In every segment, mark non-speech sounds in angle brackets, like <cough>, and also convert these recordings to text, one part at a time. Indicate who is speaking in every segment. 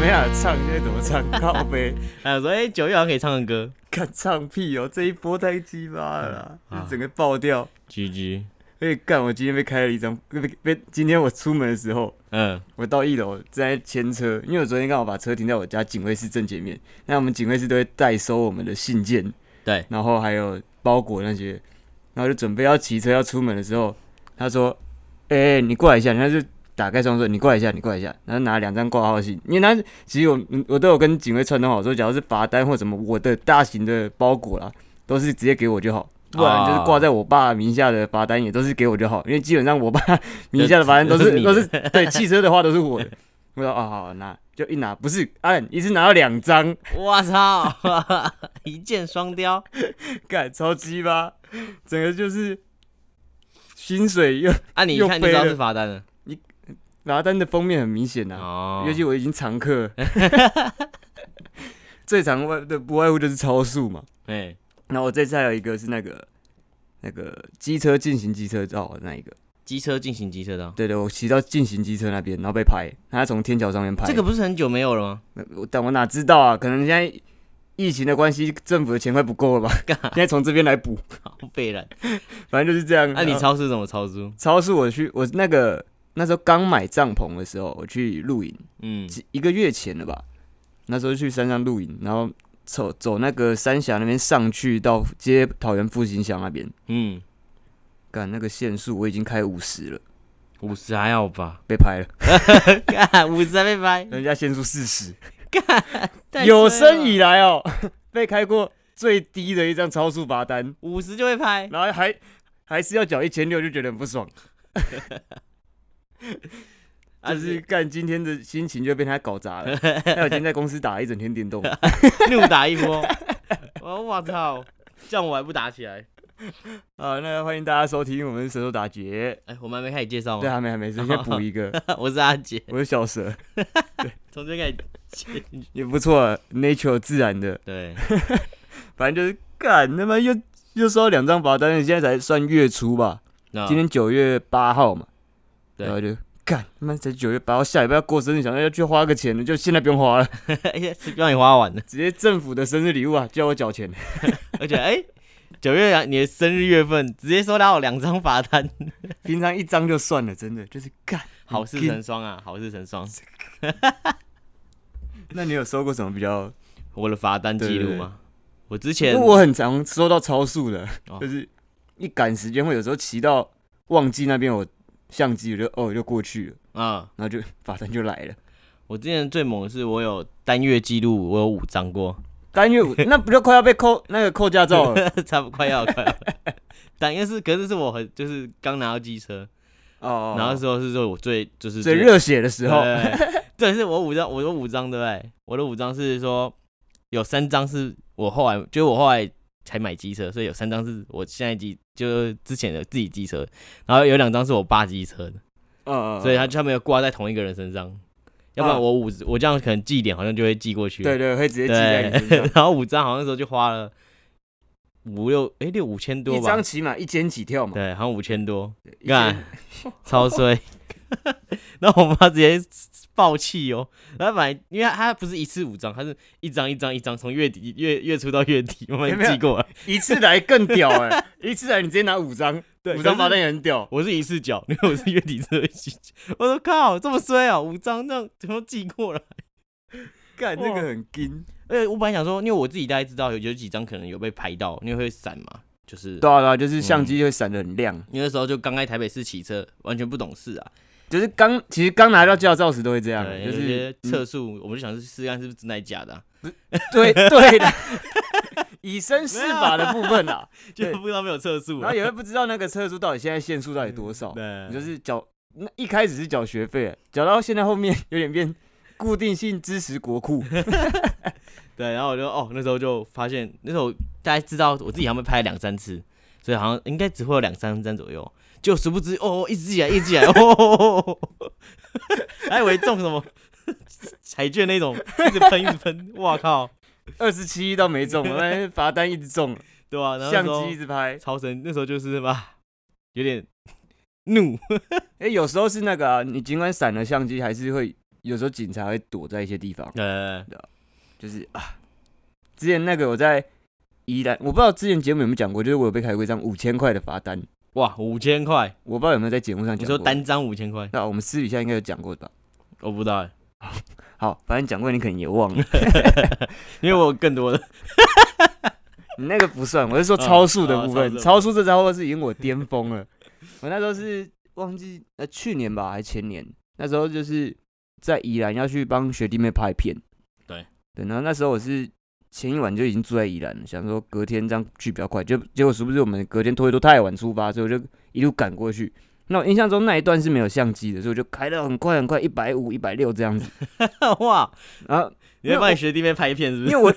Speaker 1: 没法唱，现在怎么唱？靠背，
Speaker 2: 啊，说哎，诶九月好像可以唱唱歌
Speaker 1: 看唱屁哦，这一波太鸡巴了啦，
Speaker 2: 嗯啊
Speaker 1: 就整个爆掉。
Speaker 2: ，GG，
Speaker 1: 而且干，我今天被开了一张，被被今天我出门的时候，
Speaker 2: 嗯，
Speaker 1: 我到一楼正在牵车，因为我昨天刚好把车停在我家警卫室正前面，那我们警卫室都会代收我们的信件，
Speaker 2: 对，
Speaker 1: 然后还有包裹那些，然后就准备要骑车要出门的时候，他说：“哎、你过来一下。”他就打开窗说：“你过来一下，你过来一下。”然后拿两张挂号信，因为他其实我我都有跟警卫串通好说，假如是罚单或什么，我的大型的包裹啦，都是直接给我就好。不然就是挂在我爸名下的罚单也都是给我就好，因为基本上我爸 <laughs> 名下的罚单都
Speaker 2: 都是
Speaker 1: 是
Speaker 2: 你
Speaker 1: 都
Speaker 2: 的
Speaker 1: 是对汽车的话都是我的。我说哦好拿就一拿，不是按一次拿到两张，
Speaker 2: 我操， <laughs> 一箭双雕，
Speaker 1: 干超鸡巴，整个就是薪水又
Speaker 2: 啊，你一看就知道是罚单了，
Speaker 1: 拿单的封面很明显啊，
Speaker 2: 哦
Speaker 1: 尤其我已经常客，最常外的不外乎就是超速嘛。
Speaker 2: 哎，
Speaker 1: 然后我这次还有一个是那个那个机车进行机车道的那一个，
Speaker 2: 机车进行机车道，
Speaker 1: 对对，我骑到进行机车那边，然后被拍，他从天桥上面拍。
Speaker 2: 这个不是很久没有了吗？
Speaker 1: 我但我哪知道啊？可能现在疫情的关系，政府的钱快不够了吧？ <laughs> 现在从这边来补，
Speaker 2: 好被然，
Speaker 1: 反正就是这样。
Speaker 2: 那啊你
Speaker 1: 然后
Speaker 2: 超速怎么超速？
Speaker 1: 超市我去，我那个那时候刚买帐篷的时候，我去露营，
Speaker 2: 嗯，
Speaker 1: 几一个月前了吧？那时候去山上露营，然后走走那个三峡那边上去到接桃园复兴乡那边，
Speaker 2: 嗯，
Speaker 1: 干那个限速我已经开五十了，
Speaker 2: 五十还好 <laughs> 吧？
Speaker 1: 被拍了，
Speaker 2: 干五十还被拍，
Speaker 1: 人家限速四十，
Speaker 2: 太
Speaker 1: 有
Speaker 2: 衰了
Speaker 1: 生以来哦， <laughs> 被开过最低的一张超速罚单。
Speaker 2: 五十就会拍，
Speaker 1: 然后还还是要缴一千六，就觉得很不爽。
Speaker 2: 啊
Speaker 1: 就是干今天的心情就被他搞砸了。他有今天在公司打了一整天
Speaker 2: <laughs>
Speaker 1: 电动，
Speaker 2: 怒打一 <laughs> 波，我我操，这样我还不打起来？
Speaker 1: 啊，那欢迎大家收听我们的《舌头打劫
Speaker 2: 哎，我们还没开始介绍》。
Speaker 1: 对，
Speaker 2: 吗？
Speaker 1: 还没还没，先补一
Speaker 2: <laughs>
Speaker 1: 个。
Speaker 2: 我是阿杰，
Speaker 1: 我是小蛇，
Speaker 2: 啊从这开始切。
Speaker 1: 也不错，nature 自然的，
Speaker 2: <laughs> 对，
Speaker 1: 反正就是干，他妈又又收到两张罚单，现在才算月初吧？
Speaker 2: 那
Speaker 1: 今天九月八号嘛，
Speaker 2: 嗯对
Speaker 1: 然后就干，他妈才九月八号，下礼拜要过生日，想到要去花个钱了，就现在不用花了。
Speaker 2: <laughs> 哎呀，是让你花完了，
Speaker 1: 直接政府的生日礼物啊，叫我缴钱。
Speaker 2: 而且哎，九月啊你的生日月份直接收到两张罚单，
Speaker 1: 平常一张就算了，真的就是干
Speaker 2: 好事成。双
Speaker 1: 嗯
Speaker 2: 啊，好事成双。
Speaker 1: 那你有收过什么比较？
Speaker 2: 我的罚单记录
Speaker 1: 对对
Speaker 2: 吗？我之
Speaker 1: 因
Speaker 2: 前
Speaker 1: 为我很常收到超速的，
Speaker 2: 哦
Speaker 1: 就是一赶时间，会有时候骑到忘记那边有相机，我就哦我就过去了，
Speaker 2: 啊，
Speaker 1: 然后就罚单就来了。
Speaker 2: 我之前最猛的是我有单月记录，我有五张过，
Speaker 1: 单月五那不就快要被扣 <laughs> 那个扣驾照了
Speaker 2: <laughs> 差不多快要快要。 <laughs> 但因为是，可是是我很就是刚拿到机车，
Speaker 1: 哦？
Speaker 2: 然后那时候是说我最就是
Speaker 1: 最
Speaker 2: 最
Speaker 1: 热血的时
Speaker 2: 对
Speaker 1: 候，
Speaker 2: 对
Speaker 1: <laughs>
Speaker 2: 对对，是我五张，我有五张对不对？我的五张是说有三张是我后来，就是我后来才买机车，所以有三张是我现在机，就是之前的自己机车，然后有两张是我爸机车的，
Speaker 1: 嗯，嗯
Speaker 2: 所以他
Speaker 1: 嗯
Speaker 2: 就他没有挂在同一个人身上，要不然
Speaker 1: 啊
Speaker 2: 我五我这样可能记一点好像就会记过去，
Speaker 1: 对对会直接记在你身
Speaker 2: 对
Speaker 1: 上，，
Speaker 2: 然后五张好像那时候就花了五六哎六五千多
Speaker 1: 一
Speaker 2: 吧
Speaker 1: 张，起码一间起跳嘛，
Speaker 2: 对，好像五千多，
Speaker 1: 一间
Speaker 2: 干，超衰。 <laughs> 然后我妈直接爆气哦，然后本来因为她不是一次五张，她是一张一张一张，从月底月月初到月底，我
Speaker 1: 有
Speaker 2: 们
Speaker 1: 没有
Speaker 2: 寄过来。
Speaker 1: <laughs> 一次来更屌哎，一次来你直接拿五张，五张罚单也很屌，
Speaker 2: 我是一次缴，因为我是月底这一起缴。我说靠，这么衰啊，五张这样怎么寄过来？
Speaker 1: 干
Speaker 2: 哇
Speaker 1: 那个很金。
Speaker 2: 而且我本来想说，因为我自己大概知道有有几张可能有被拍到，因为会闪嘛，就是。
Speaker 1: 对啊，对啊，
Speaker 2: 嗯
Speaker 1: 就是相机会闪的很亮，
Speaker 2: 因为那时候就刚来台北市骑车，完全不懂事啊。
Speaker 1: 就是刚其实刚拿到驾照时都会这样，
Speaker 2: 对，
Speaker 1: 啊就
Speaker 2: 有
Speaker 1: 是嗯
Speaker 2: 些测速，我们就想去试看是不是真的假的、啊， <laughs>
Speaker 1: 对对的，以身试法的部分
Speaker 2: <laughs>
Speaker 1: 啊，
Speaker 2: 就
Speaker 1: 对
Speaker 2: 不知道没有测速、
Speaker 1: 然
Speaker 2: 啊
Speaker 1: 后。也会不知道那个车速到底现在限速到底多少，
Speaker 2: 嗯对啊
Speaker 1: 你就是缴那一开始是缴学费，缴到现在后面有点变固定性支持国库，
Speaker 2: 对，然后我就哦，那时候就发现，那时候大家知道我自己好像被拍了两三次，所以好像应该只会有两三张左右。就殊不知哦，一直起来，一直起来，哦哦哦哦 <laughs> 哦哦，还以为中什么彩券那种，一直喷，一直喷，哇靠，
Speaker 1: 二十七到没中，
Speaker 2: <laughs>
Speaker 1: 但是罚单一直中，
Speaker 2: 对吧、然啊后那
Speaker 1: 相
Speaker 2: 时候
Speaker 1: 机一直拍，
Speaker 2: 超神，那时候就是吧，有点怒，
Speaker 1: 哎，有时候是那个啊，你尽管闪了相机，还是会有时候警察会躲在一些地方，
Speaker 2: 呃，
Speaker 1: 就是啊，之前那个我在宜兰，我不知道之前节目有没有讲过，就是我有被开过一张五千块的罚单，
Speaker 2: 哇，五千块，
Speaker 1: 我不知道有没有在节目上讲过。
Speaker 2: 你说单张五千块，
Speaker 1: 那我们私底下应该有讲过的吧？
Speaker 2: 我不知道欸，
Speaker 1: 好，反正讲过你可能也忘了， <laughs>
Speaker 2: 因为我有更多的， <laughs>
Speaker 1: 你那个不算，我是说超速的部
Speaker 2: 哦
Speaker 1: 分，
Speaker 2: 哦
Speaker 1: 嗯
Speaker 2: 超
Speaker 1: 超速这招或是已经我巅峰了。 <laughs> 我那时候是忘记呃去年吧，还前年，那时候就是在宜兰要去帮学弟妹拍片，
Speaker 2: 对
Speaker 1: 对，然后那时候我是前一晚就已经住在宜兰了，想说隔天这样去比较快，就结果是不是我们隔天拖一拖太晚出发，所以我就一路赶过去。那我印象中那一段是没有相机的，所以我就开到很快很快，一百五、一百六这样子。
Speaker 2: 哇，
Speaker 1: 然后 <laughs>
Speaker 2: 你在
Speaker 1: 没
Speaker 2: 帮
Speaker 1: 有
Speaker 2: 你学弟妹拍片是不
Speaker 1: 因
Speaker 2: 是
Speaker 1: 为？我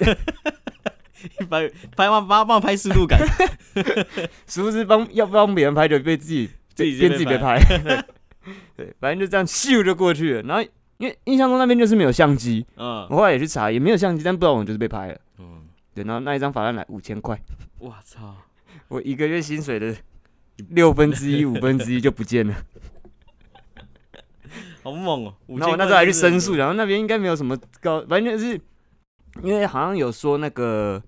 Speaker 2: 拍拍帮帮帮我拍速
Speaker 1: <laughs>
Speaker 2: 度感，
Speaker 1: 时不时帮要帮别人拍就被自己
Speaker 2: 自己就被
Speaker 1: 变自己被拍， <laughs> 对，反正就这样咻就过去了。然后因为印象中那边就是没有相机，
Speaker 2: 嗯
Speaker 1: 我后来也去查也没有相机，但不知道我们就是被拍了。
Speaker 2: 嗯，
Speaker 1: 对，然后那一张罚单来五千
Speaker 2: <laughs>
Speaker 1: 块，
Speaker 2: 我操，
Speaker 1: 我一个月薪水的六分之一、五分之一就不见了。
Speaker 2: 好猛哦！五
Speaker 1: 然后我
Speaker 2: 千
Speaker 1: 那时候还去
Speaker 2: 块真
Speaker 1: 申
Speaker 2: 的
Speaker 1: 诉，然后那边应该没有什么高，反正就是因为好像有说那个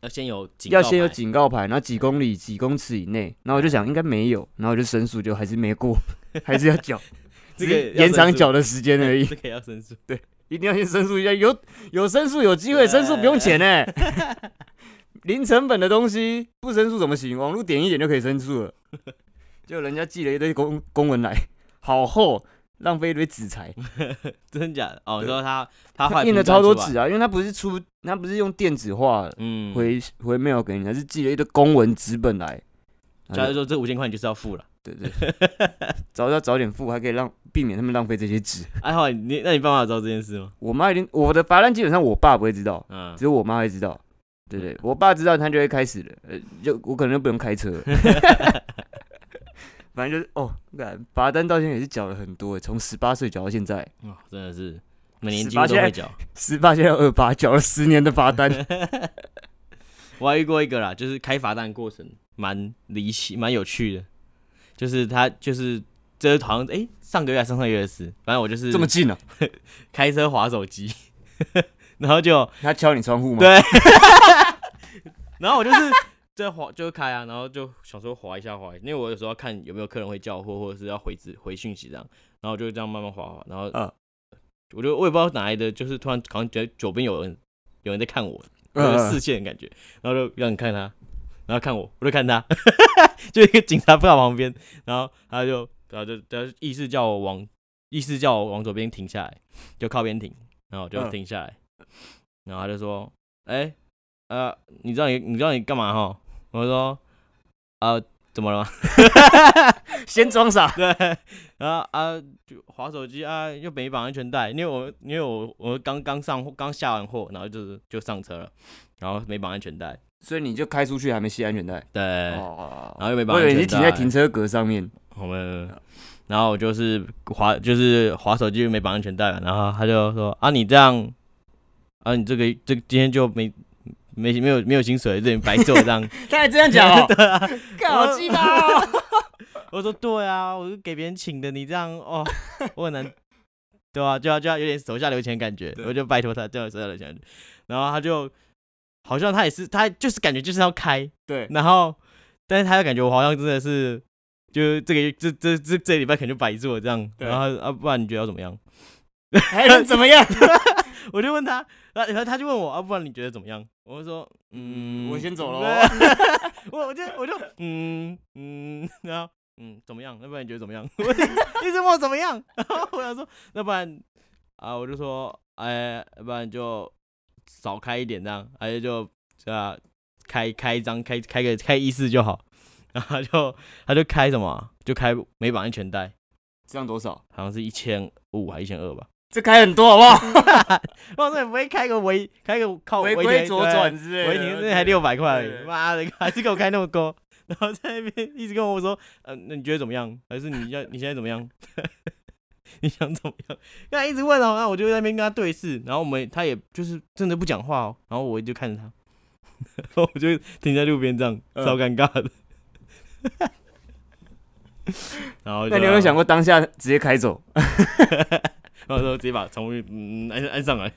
Speaker 2: 要先有警告
Speaker 1: 要
Speaker 2: 牌，
Speaker 1: 先有警告牌，然后几公里、几公尺以内，然后我就想应该没有，然后我就申诉，就还是没过，还是要缴，
Speaker 2: 这
Speaker 1: 只
Speaker 2: 个
Speaker 1: 是
Speaker 2: 要
Speaker 1: 延长
Speaker 2: 申诉
Speaker 1: 缴的时间而已。
Speaker 2: 这个要申诉。
Speaker 1: <laughs> 一定要去申诉一下，有有申诉有机会，申诉不用钱 <laughs> 呢、零成本的东西不申诉怎么行？网络点一点就可以申诉了。就人家寄了一堆公公文来，好厚，浪费一堆纸材，
Speaker 2: 真的假的？哦，
Speaker 1: 对
Speaker 2: 你说他他
Speaker 1: 他
Speaker 2: 坏
Speaker 1: 印了
Speaker 2: 评
Speaker 1: 超多
Speaker 2: 断出来
Speaker 1: 纸，啊，因为他不是出，他不是用电子化
Speaker 2: 嗯，
Speaker 1: 回回 mail 给你，他是寄了一堆公文纸本来。
Speaker 2: 假如说这五千块你就是要付了。
Speaker 1: 对对，对 <laughs> 早知道早点付，还可以让避免他们浪费这些纸。
Speaker 2: 哎，后来你那你爸妈有知道这件事吗？
Speaker 1: 我妈一定，我的罚单基本上我爸不会知道，
Speaker 2: 嗯
Speaker 1: 只，有我妈会知道。对对，我爸知道他就会开始了，呃，就我可能就不用开
Speaker 2: <laughs>
Speaker 1: 车了。反正就是哦，干罚单到现在也是缴了很多，欸从十八岁缴到现在，
Speaker 2: 哇，哦真的是每年
Speaker 1: 18
Speaker 2: 几乎都会缴。
Speaker 1: 十八现在二八，缴了十年的罚单。
Speaker 2: 我还遇过一个啦，就是开罚单过程蛮离奇、蛮有趣的，就是他就是这好像哎、上个月还是上上个月的事，反正我就是
Speaker 1: 这么近啊？
Speaker 2: 开车划手机， <laughs> 然后就
Speaker 1: 他敲你窗户吗？
Speaker 2: 对啊 <laughs> 然后我就是在滑就开啊，然后就想说滑一下滑一下，因为我有时候要看有没有客人会叫货，或者是要回字回讯息这样，然后我就这样慢慢滑滑，然后
Speaker 1: 嗯
Speaker 2: 我就我也不知道哪来的，就是突然好像觉得左边有人有人在看我，
Speaker 1: 嗯，
Speaker 2: 有个
Speaker 1: 嗯
Speaker 2: 视线的感觉，然后就让你看他，然后看我，我就看他， <laughs> 就一个警察在我旁边，然后他就然后就他就意思叫我往意思叫我往左边停下来，就靠边停，然后我就
Speaker 1: 嗯
Speaker 2: 停下来，然后他就说，哎、呃，你知道你你知道你干嘛哈？我就说，呃，怎么了吗？ <laughs>
Speaker 1: 嗯 <laughs> 先装傻。
Speaker 2: 对，然后啊，就划手机啊，又没绑安全带，因为我因为我我刚刚上货刚下完货，然后就是就上车了，然后没绑安全带。
Speaker 1: 所以你就开出去还没系安全带，
Speaker 2: 对，
Speaker 1: 哦，
Speaker 2: 哎然后又没
Speaker 1: 我
Speaker 2: 绑
Speaker 1: 以
Speaker 2: 安
Speaker 1: 为
Speaker 2: 全
Speaker 1: 你是
Speaker 2: 带。哎
Speaker 1: 停在停车格上
Speaker 2: <laughs>
Speaker 1: 面，
Speaker 2: 我们，然后我就是滑，就是滑手机没绑安全带嘛，然后他就说啊，你这样，啊，你这个这个今天就没没没有没有薪水，这你白做这样。
Speaker 1: 他 <laughs> 还这样讲哦，
Speaker 2: 对啊，
Speaker 1: 干好鸡巴哦。
Speaker 2: <laughs> 我说对啊，我是给别人请的，你这样哦，我很难，对啊，就要就要有点手下留情的感觉，
Speaker 1: 对
Speaker 2: 我就拜托他，就要手下留情的感觉，然后他就好像他也是，他就是感觉就是要开，
Speaker 1: 对，
Speaker 2: 然后，但是他又感觉我好像真的是，就是这个这这这这礼拜可能就白做了这样。
Speaker 1: 对
Speaker 2: 然后啊，不然你觉得要怎么样？
Speaker 1: 还能哎怎么
Speaker 2: <laughs>
Speaker 1: 样？
Speaker 2: 我就问他，然后然后他就问我啊，不然你觉得怎么样？我就说，嗯，
Speaker 1: 我先走哦咯
Speaker 2: 对。我 <laughs> 我就我就嗯嗯，然后嗯怎么样？要不然你觉得怎么样？我 <laughs> 就一直问我怎么样， <laughs> 然后我想说，那不然啊，我就说，哎，要不然就少开一点这样，而且就啊开开一张开开个开一四就好， <laughs> 然后他就他就开什么啊，就开没绑安全带，
Speaker 1: 这样多少？
Speaker 2: 好像是一千五还一千二吧。
Speaker 1: 这开很多好不好？
Speaker 2: 我说你不会开个违开个靠
Speaker 1: 违
Speaker 2: 停
Speaker 1: 规左
Speaker 2: 对
Speaker 1: 转之类的，
Speaker 2: 违停那还六百块而
Speaker 1: 对
Speaker 2: 已，妈的， <laughs> 还是给我开那么高，然后在那边一直跟我说，呃，那你觉得怎么样？还是你要你现在怎么样？ <laughs> 你想怎么样？那一直问哦，那我就在那边跟他对视，然后我们他也就是真的不讲话哦，然后我就看着他，然后我就停在路边这样，
Speaker 1: 嗯
Speaker 2: 超尴尬
Speaker 1: <laughs>
Speaker 2: 的。然后就
Speaker 1: 那
Speaker 2: 啊
Speaker 1: 你有没有想过当下直接开走？
Speaker 2: <laughs> 然后说直接把宠物嗯按按上来，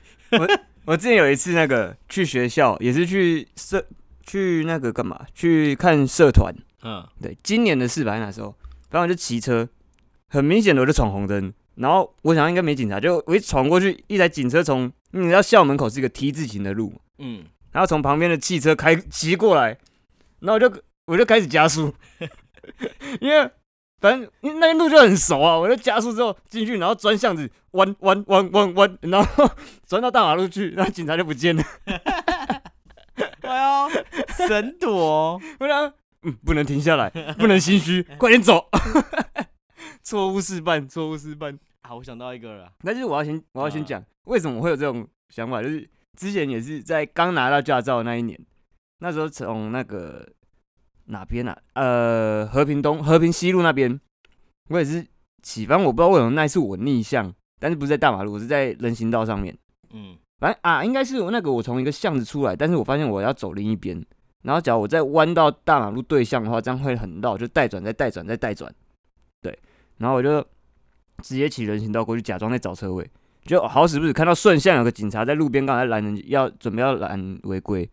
Speaker 1: 我之前有一次那个去学校，也是去社去那个干嘛？去看社团。
Speaker 2: 嗯，
Speaker 1: 对，今年的事吧，那时候，然后我就骑车，很明显的我就闯红灯，然后我想应该没警察，就我一闯过去，一台警车从你知道校门口是一个 T 字形的路，
Speaker 2: 嗯，
Speaker 1: 然后从旁边的汽车开骑过来，然后我就我就开始加速， <laughs> 因为反正因为那一路就很熟啊，我就加速之后进去，然后钻巷子，弯弯弯弯弯，然后 <laughs> 钻到大马路去，然后警察就不见了。
Speaker 2: 哎呦，神躲，
Speaker 1: 我想，嗯，不能停下来，不能心虚， <laughs> 快点走。错误示范，错误示范。
Speaker 2: <laughs> 啊，我想到一个了，
Speaker 1: 但是我要先，我要先
Speaker 2: 嗯
Speaker 1: 讲，为什么我会有这种想法，就是之前也是在刚拿到驾照的那一年，那时候从那个哪边啊，呃，和平东、和平西路那边，我也是起，反正我不知道为什么那一次我逆向，但是不是在大马路，我是在人行道上面。
Speaker 2: 嗯
Speaker 1: 反正啊，应该是我那个我从一个巷子出来，但是我发现我要走另一边，然后假如我再弯到大马路对向的话，这样会很绕，就带转再带转再带转，对，然后我就直接骑人行道过去，假装在找车位，就好死不死看到顺向有个警察在路边刚才拦人，要准备要拦违规，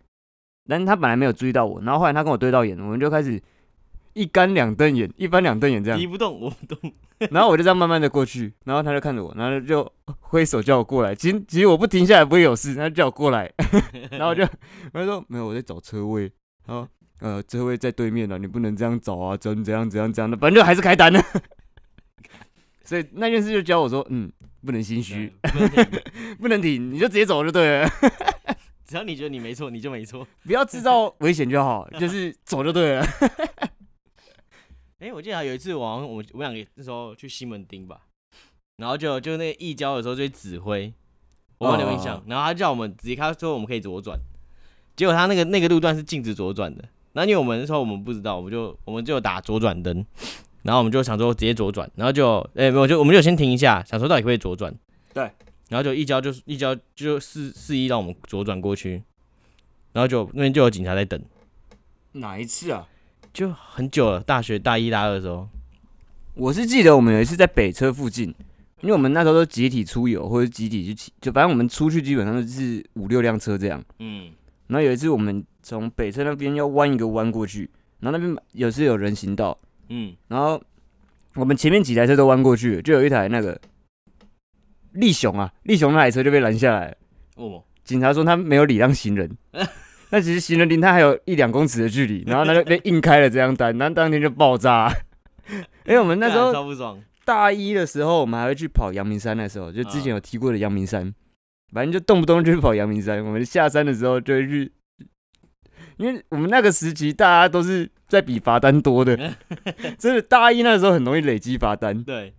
Speaker 1: 但是他本来没有注意到我，然后后来他跟我对到眼，我们就开始一干两瞪眼，一翻两瞪眼这样
Speaker 2: 敌，不动我不动，
Speaker 1: 然后我就这样慢慢的过去，然后他就看着我，然后就挥手叫我过来。其实其实我不停下来不会有事，他就叫我过 <laughs> 来，然后我就我就说没有，我在找车位。然后呃，车位在对面了，你不能这样找啊，怎怎样怎样怎样的，反正就还是开单了。 <laughs> 所以那件事就教我说，嗯，不能心虚，
Speaker 2: 对不能停
Speaker 1: 不能停，你就直接走就对了， <laughs>
Speaker 2: 只要你觉得你没错，你就没错。
Speaker 1: 不要制造危险就好，就是走就对了。
Speaker 2: 哎、我记得有一次，我好像我们我们两个那时候去西门町吧，然后就就那个义交的时候就会指挥，我忘了有没有印象。
Speaker 1: 哦
Speaker 2: 然后他叫我们直接，他说我们可以左转，结果他那个那个路段是禁止左转的。那因为我们那时候我们不知道，我们就我们就打左转灯，然后我们就想说直接左转，然后就哎、没有就我们就先停一下，想说到底可不可以左转。
Speaker 1: 对。
Speaker 2: 然后就一交就一交就示示意让我们左转过去，然后就那边就有警察在等，
Speaker 1: 哪一次啊？
Speaker 2: 就很久了，大学大一大二的时候。
Speaker 1: 我是记得我们有一次在北车附近，因为我们那时候都集体出游或者集体去骑，就反正我们出去基本上就是五六辆车这样。
Speaker 2: 嗯，
Speaker 1: 然后有一次我们从北车那边要弯一个弯过去，然后那边有是有人行道，
Speaker 2: 嗯，
Speaker 1: 然后我们前面几台车都弯过去了，就有一台那个力雄啊，力雄那台车就被拦下来了。
Speaker 2: 哦，
Speaker 1: 警察说他没有礼让行人，那其实行人离他还有一两公尺的距离，然后他就被硬开了这张单，然后当天就爆炸、 <laughs> 啊。因为我们那时候
Speaker 2: 干超不爽，
Speaker 1: 大一的时候，我们还会去跑阳明山，那时候就之前有提过的阳明山，反正就动不动就去跑阳明山。我们下山的时候就会去，因为我们那个时期大家都是在比罚单多的，真的大一那时候很容易累积罚单，
Speaker 2: 对，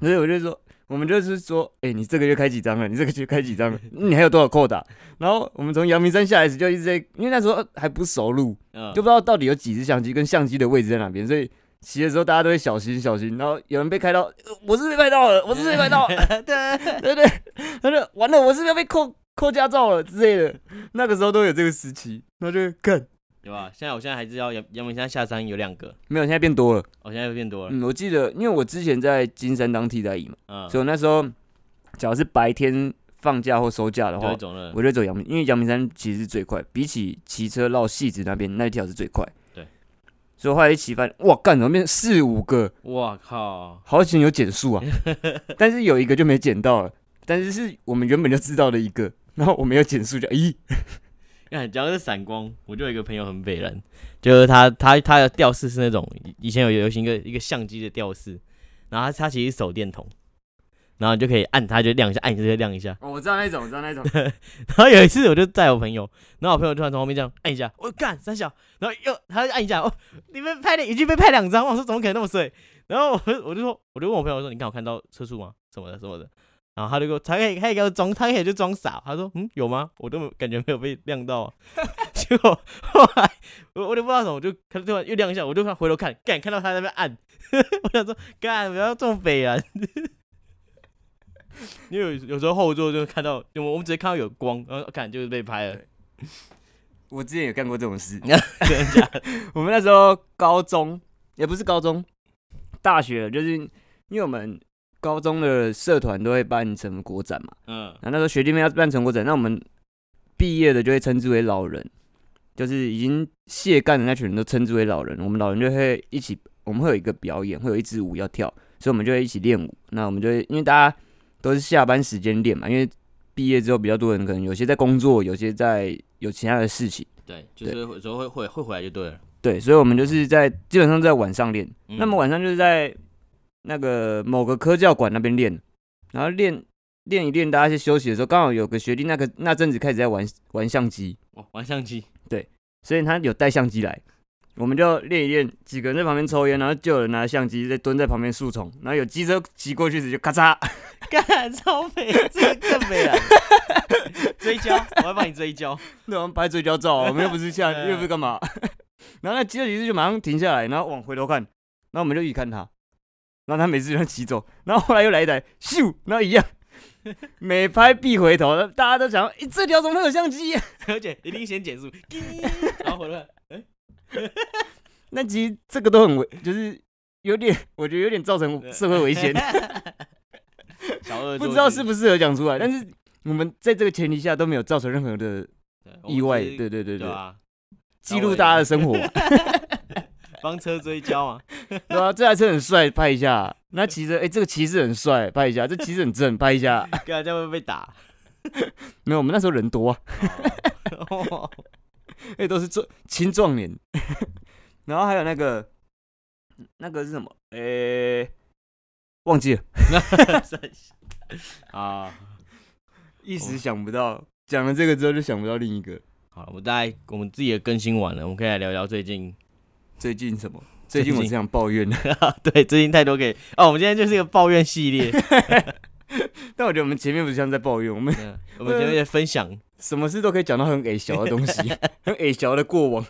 Speaker 1: 所以我就说，我们就是说，哎、你这个月开几张了？你这个月开几张了？你还有多少扣打？然后我们从阳明山下来时就一直在，因为那时候还不熟路，
Speaker 2: 嗯，
Speaker 1: 就不知道到底有几只相机跟相机的位置在哪边，所以骑的时候大家都会小心小心。然后有人被开到，呃我是被拍到了，我是被拍到了，
Speaker 2: <laughs> 对，
Speaker 1: 对对，他就完了，我是不是要被扣扣驾照了之类的。那个时候都有这个时期，那就看
Speaker 2: 有吧？现在我现在还知道阳阳明山下山有两个，
Speaker 1: 没有，现在变多了。
Speaker 2: 我、现在又变多了，
Speaker 1: 嗯，我记得，因为我之前在金山当替代役嘛，
Speaker 2: 嗯，
Speaker 1: 所以我那时候只要是白天放假或收假的
Speaker 2: 就
Speaker 1: 话
Speaker 2: 会，肿了，
Speaker 1: 我就走阳明，因为阳明山其实是最快，比起骑车绕戏子那边那一条是最快。
Speaker 2: 对，
Speaker 1: 所以后来一骑翻，哇，干，怎么变成四五个？
Speaker 2: 哇靠，
Speaker 1: 好险有减速啊，但是有一个就没减到了，但是是我们原本就知道的一个，然后我没有减速就咦，
Speaker 2: 看，讲到这闪光，我就有一个朋友很北人，就是他他他的吊饰是那种以以前有流行一个一个相机的吊饰，然后他他其实是手电筒。然后你就可以按它，就亮一下，按一下就亮一下。
Speaker 1: 哦，我知道那种，我知道那种，
Speaker 2: <laughs> 然后有一次，我就载我朋友，然后我朋友突然从后面这样按一下，我干三小，然后又他就按一下，哦，你被拍了，已经被拍两张，我说怎么可能那么衰？然后我我就说，我就问我朋友说，你看我看到车速吗？什么的什么的，然后他就给我，他可以他也给我装，他可以就装傻，他说嗯有吗？我都没有感觉没有被亮到 <laughs> 啊。结果后来我我都不知道什么，我就他突然又亮一下，我就看回头看，干看到他在那边按， <laughs> 我想说干不要这么北啊。因为有有时候后座就看到，就我们直接看到有光，然后看就是被拍了。
Speaker 1: 我之前也干过这种事，我们那时候高中也不是高中，大学就是因为我们高中的社团都会办成果展嘛，
Speaker 2: 嗯，
Speaker 1: 那那时候学弟妹要办成果展，那我们毕业的就会称之为老人，就是已经卸干的那群人都称之为老人。我们老人就会一起，我们会有一个表演，会有一支舞要跳，所以我们就会一起练舞。那我们就会因为大家都是下班时间练嘛，因为毕业之后比较多人可能有些在工作，有些在有其他的事情，
Speaker 2: 对，就是有时候会会会回来就对了。
Speaker 1: 对，所以我们就是在基本上在晚上练。
Speaker 2: 嗯
Speaker 1: 那么晚上就是在那个某个科教馆那边练，然后练练一练，大家去休息的时候，刚好有个学弟那个那阵子开始在玩玩相机，
Speaker 2: 哦玩相
Speaker 1: <laughs>
Speaker 2: 机，
Speaker 1: 所以他有带相机来，我们就练一练，几个人在旁边抽烟，然后就有人拿相机在蹲在旁边树丛，然后有机车骑过去直接咔嚓，
Speaker 2: 干超美，这个更美了。 <laughs> 追焦，我要帮你追焦。
Speaker 1: 那我们拍追焦照啊，我们又不是 <laughs> 下又不是干嘛，然后那机车骑士就马上停下来，然后往回头看，然后我们就一起看他，然后他每次就这样骑走，然后后来又来一台咻，然后一样， <laughs> 每拍必回头，大家都想，诶，这条怎么会有相机、 <laughs>
Speaker 2: 而且一定先减速， <laughs> 滴然后回来。
Speaker 1: 那其实这个都很危，就是有点，我觉得有点造成社会危险，
Speaker 2: <laughs> 小
Speaker 1: <laughs>
Speaker 2: 恶
Speaker 1: 不知道适不适合讲出来，但是我们在这个前提下都没有造成任何的意外，对对对
Speaker 2: 对
Speaker 1: 对，
Speaker 2: 啊， <laughs>
Speaker 1: 记录大家的生活，
Speaker 2: 帮车追焦啊，
Speaker 1: 对啊，这台车很帅，拍一下。那骑着，哎、这个骑士很帅，拍一下。这骑士很正，拍一下。 <laughs>
Speaker 2: 干这样会被打。 <laughs>
Speaker 1: 没有，我们那时候人多、啊，
Speaker 2: 哦
Speaker 1: 哎、都是壮青壮年。 <laughs> 然后还有那个，那个是什么？哎、忘记了，
Speaker 2: 啊，
Speaker 1: 一时想不到。讲了这个之后就想不到另一个。
Speaker 2: 好了，我们大概我们自己也更新完了，我们可以来聊聊最近。
Speaker 1: 最近什么？
Speaker 2: 最
Speaker 1: 最
Speaker 2: 近
Speaker 1: 近我这样抱怨，
Speaker 2: <laughs> 对，最近太多给哦，我们今天就是一个抱怨系列，
Speaker 1: <laughs>
Speaker 2: <laughs>
Speaker 1: 但我觉得我们前面不像在抱怨，我们
Speaker 2: 嗯我们前面在分享。
Speaker 1: 什么事都可以讲到很矮小的东 <laughs> 西，很矮小的过往。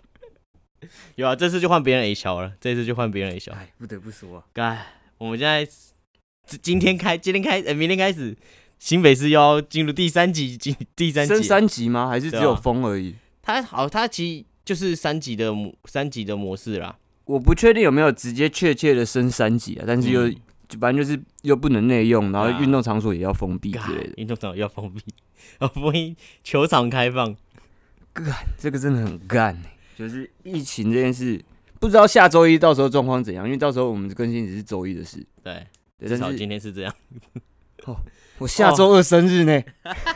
Speaker 2: 有啊，这次就换别人 A 小了，这次就换别人 A 小。
Speaker 1: <laughs> 哎，不得不说啊，
Speaker 2: 该，我们现在今今天开，今天开，呃，明天开始，新北市又要进入第三级，进第三
Speaker 1: 升
Speaker 2: 级。
Speaker 1: 三级吗？还是只
Speaker 2: 对啊
Speaker 1: 有风而已？
Speaker 2: 它好，它其实就是三级的模，三级的模式啦。
Speaker 1: 我不确定有没有直接确切的升三级啊，但是又、
Speaker 2: 嗯
Speaker 1: 就反正就是又不能内用，然
Speaker 2: 对啊
Speaker 1: 后运动场所也要封闭之类的，
Speaker 2: 运动场要封闭， <laughs> 哦，不一球场开放。
Speaker 1: 这个真的很干、欸。就是疫情这件事，不知道下周一到时候状况怎样，因为到时候我们更新只是周一的事。
Speaker 2: 对，
Speaker 1: 对，
Speaker 2: 至少
Speaker 1: 但是
Speaker 2: 今天是这样。
Speaker 1: 我下周二生日呢，哦 <laughs>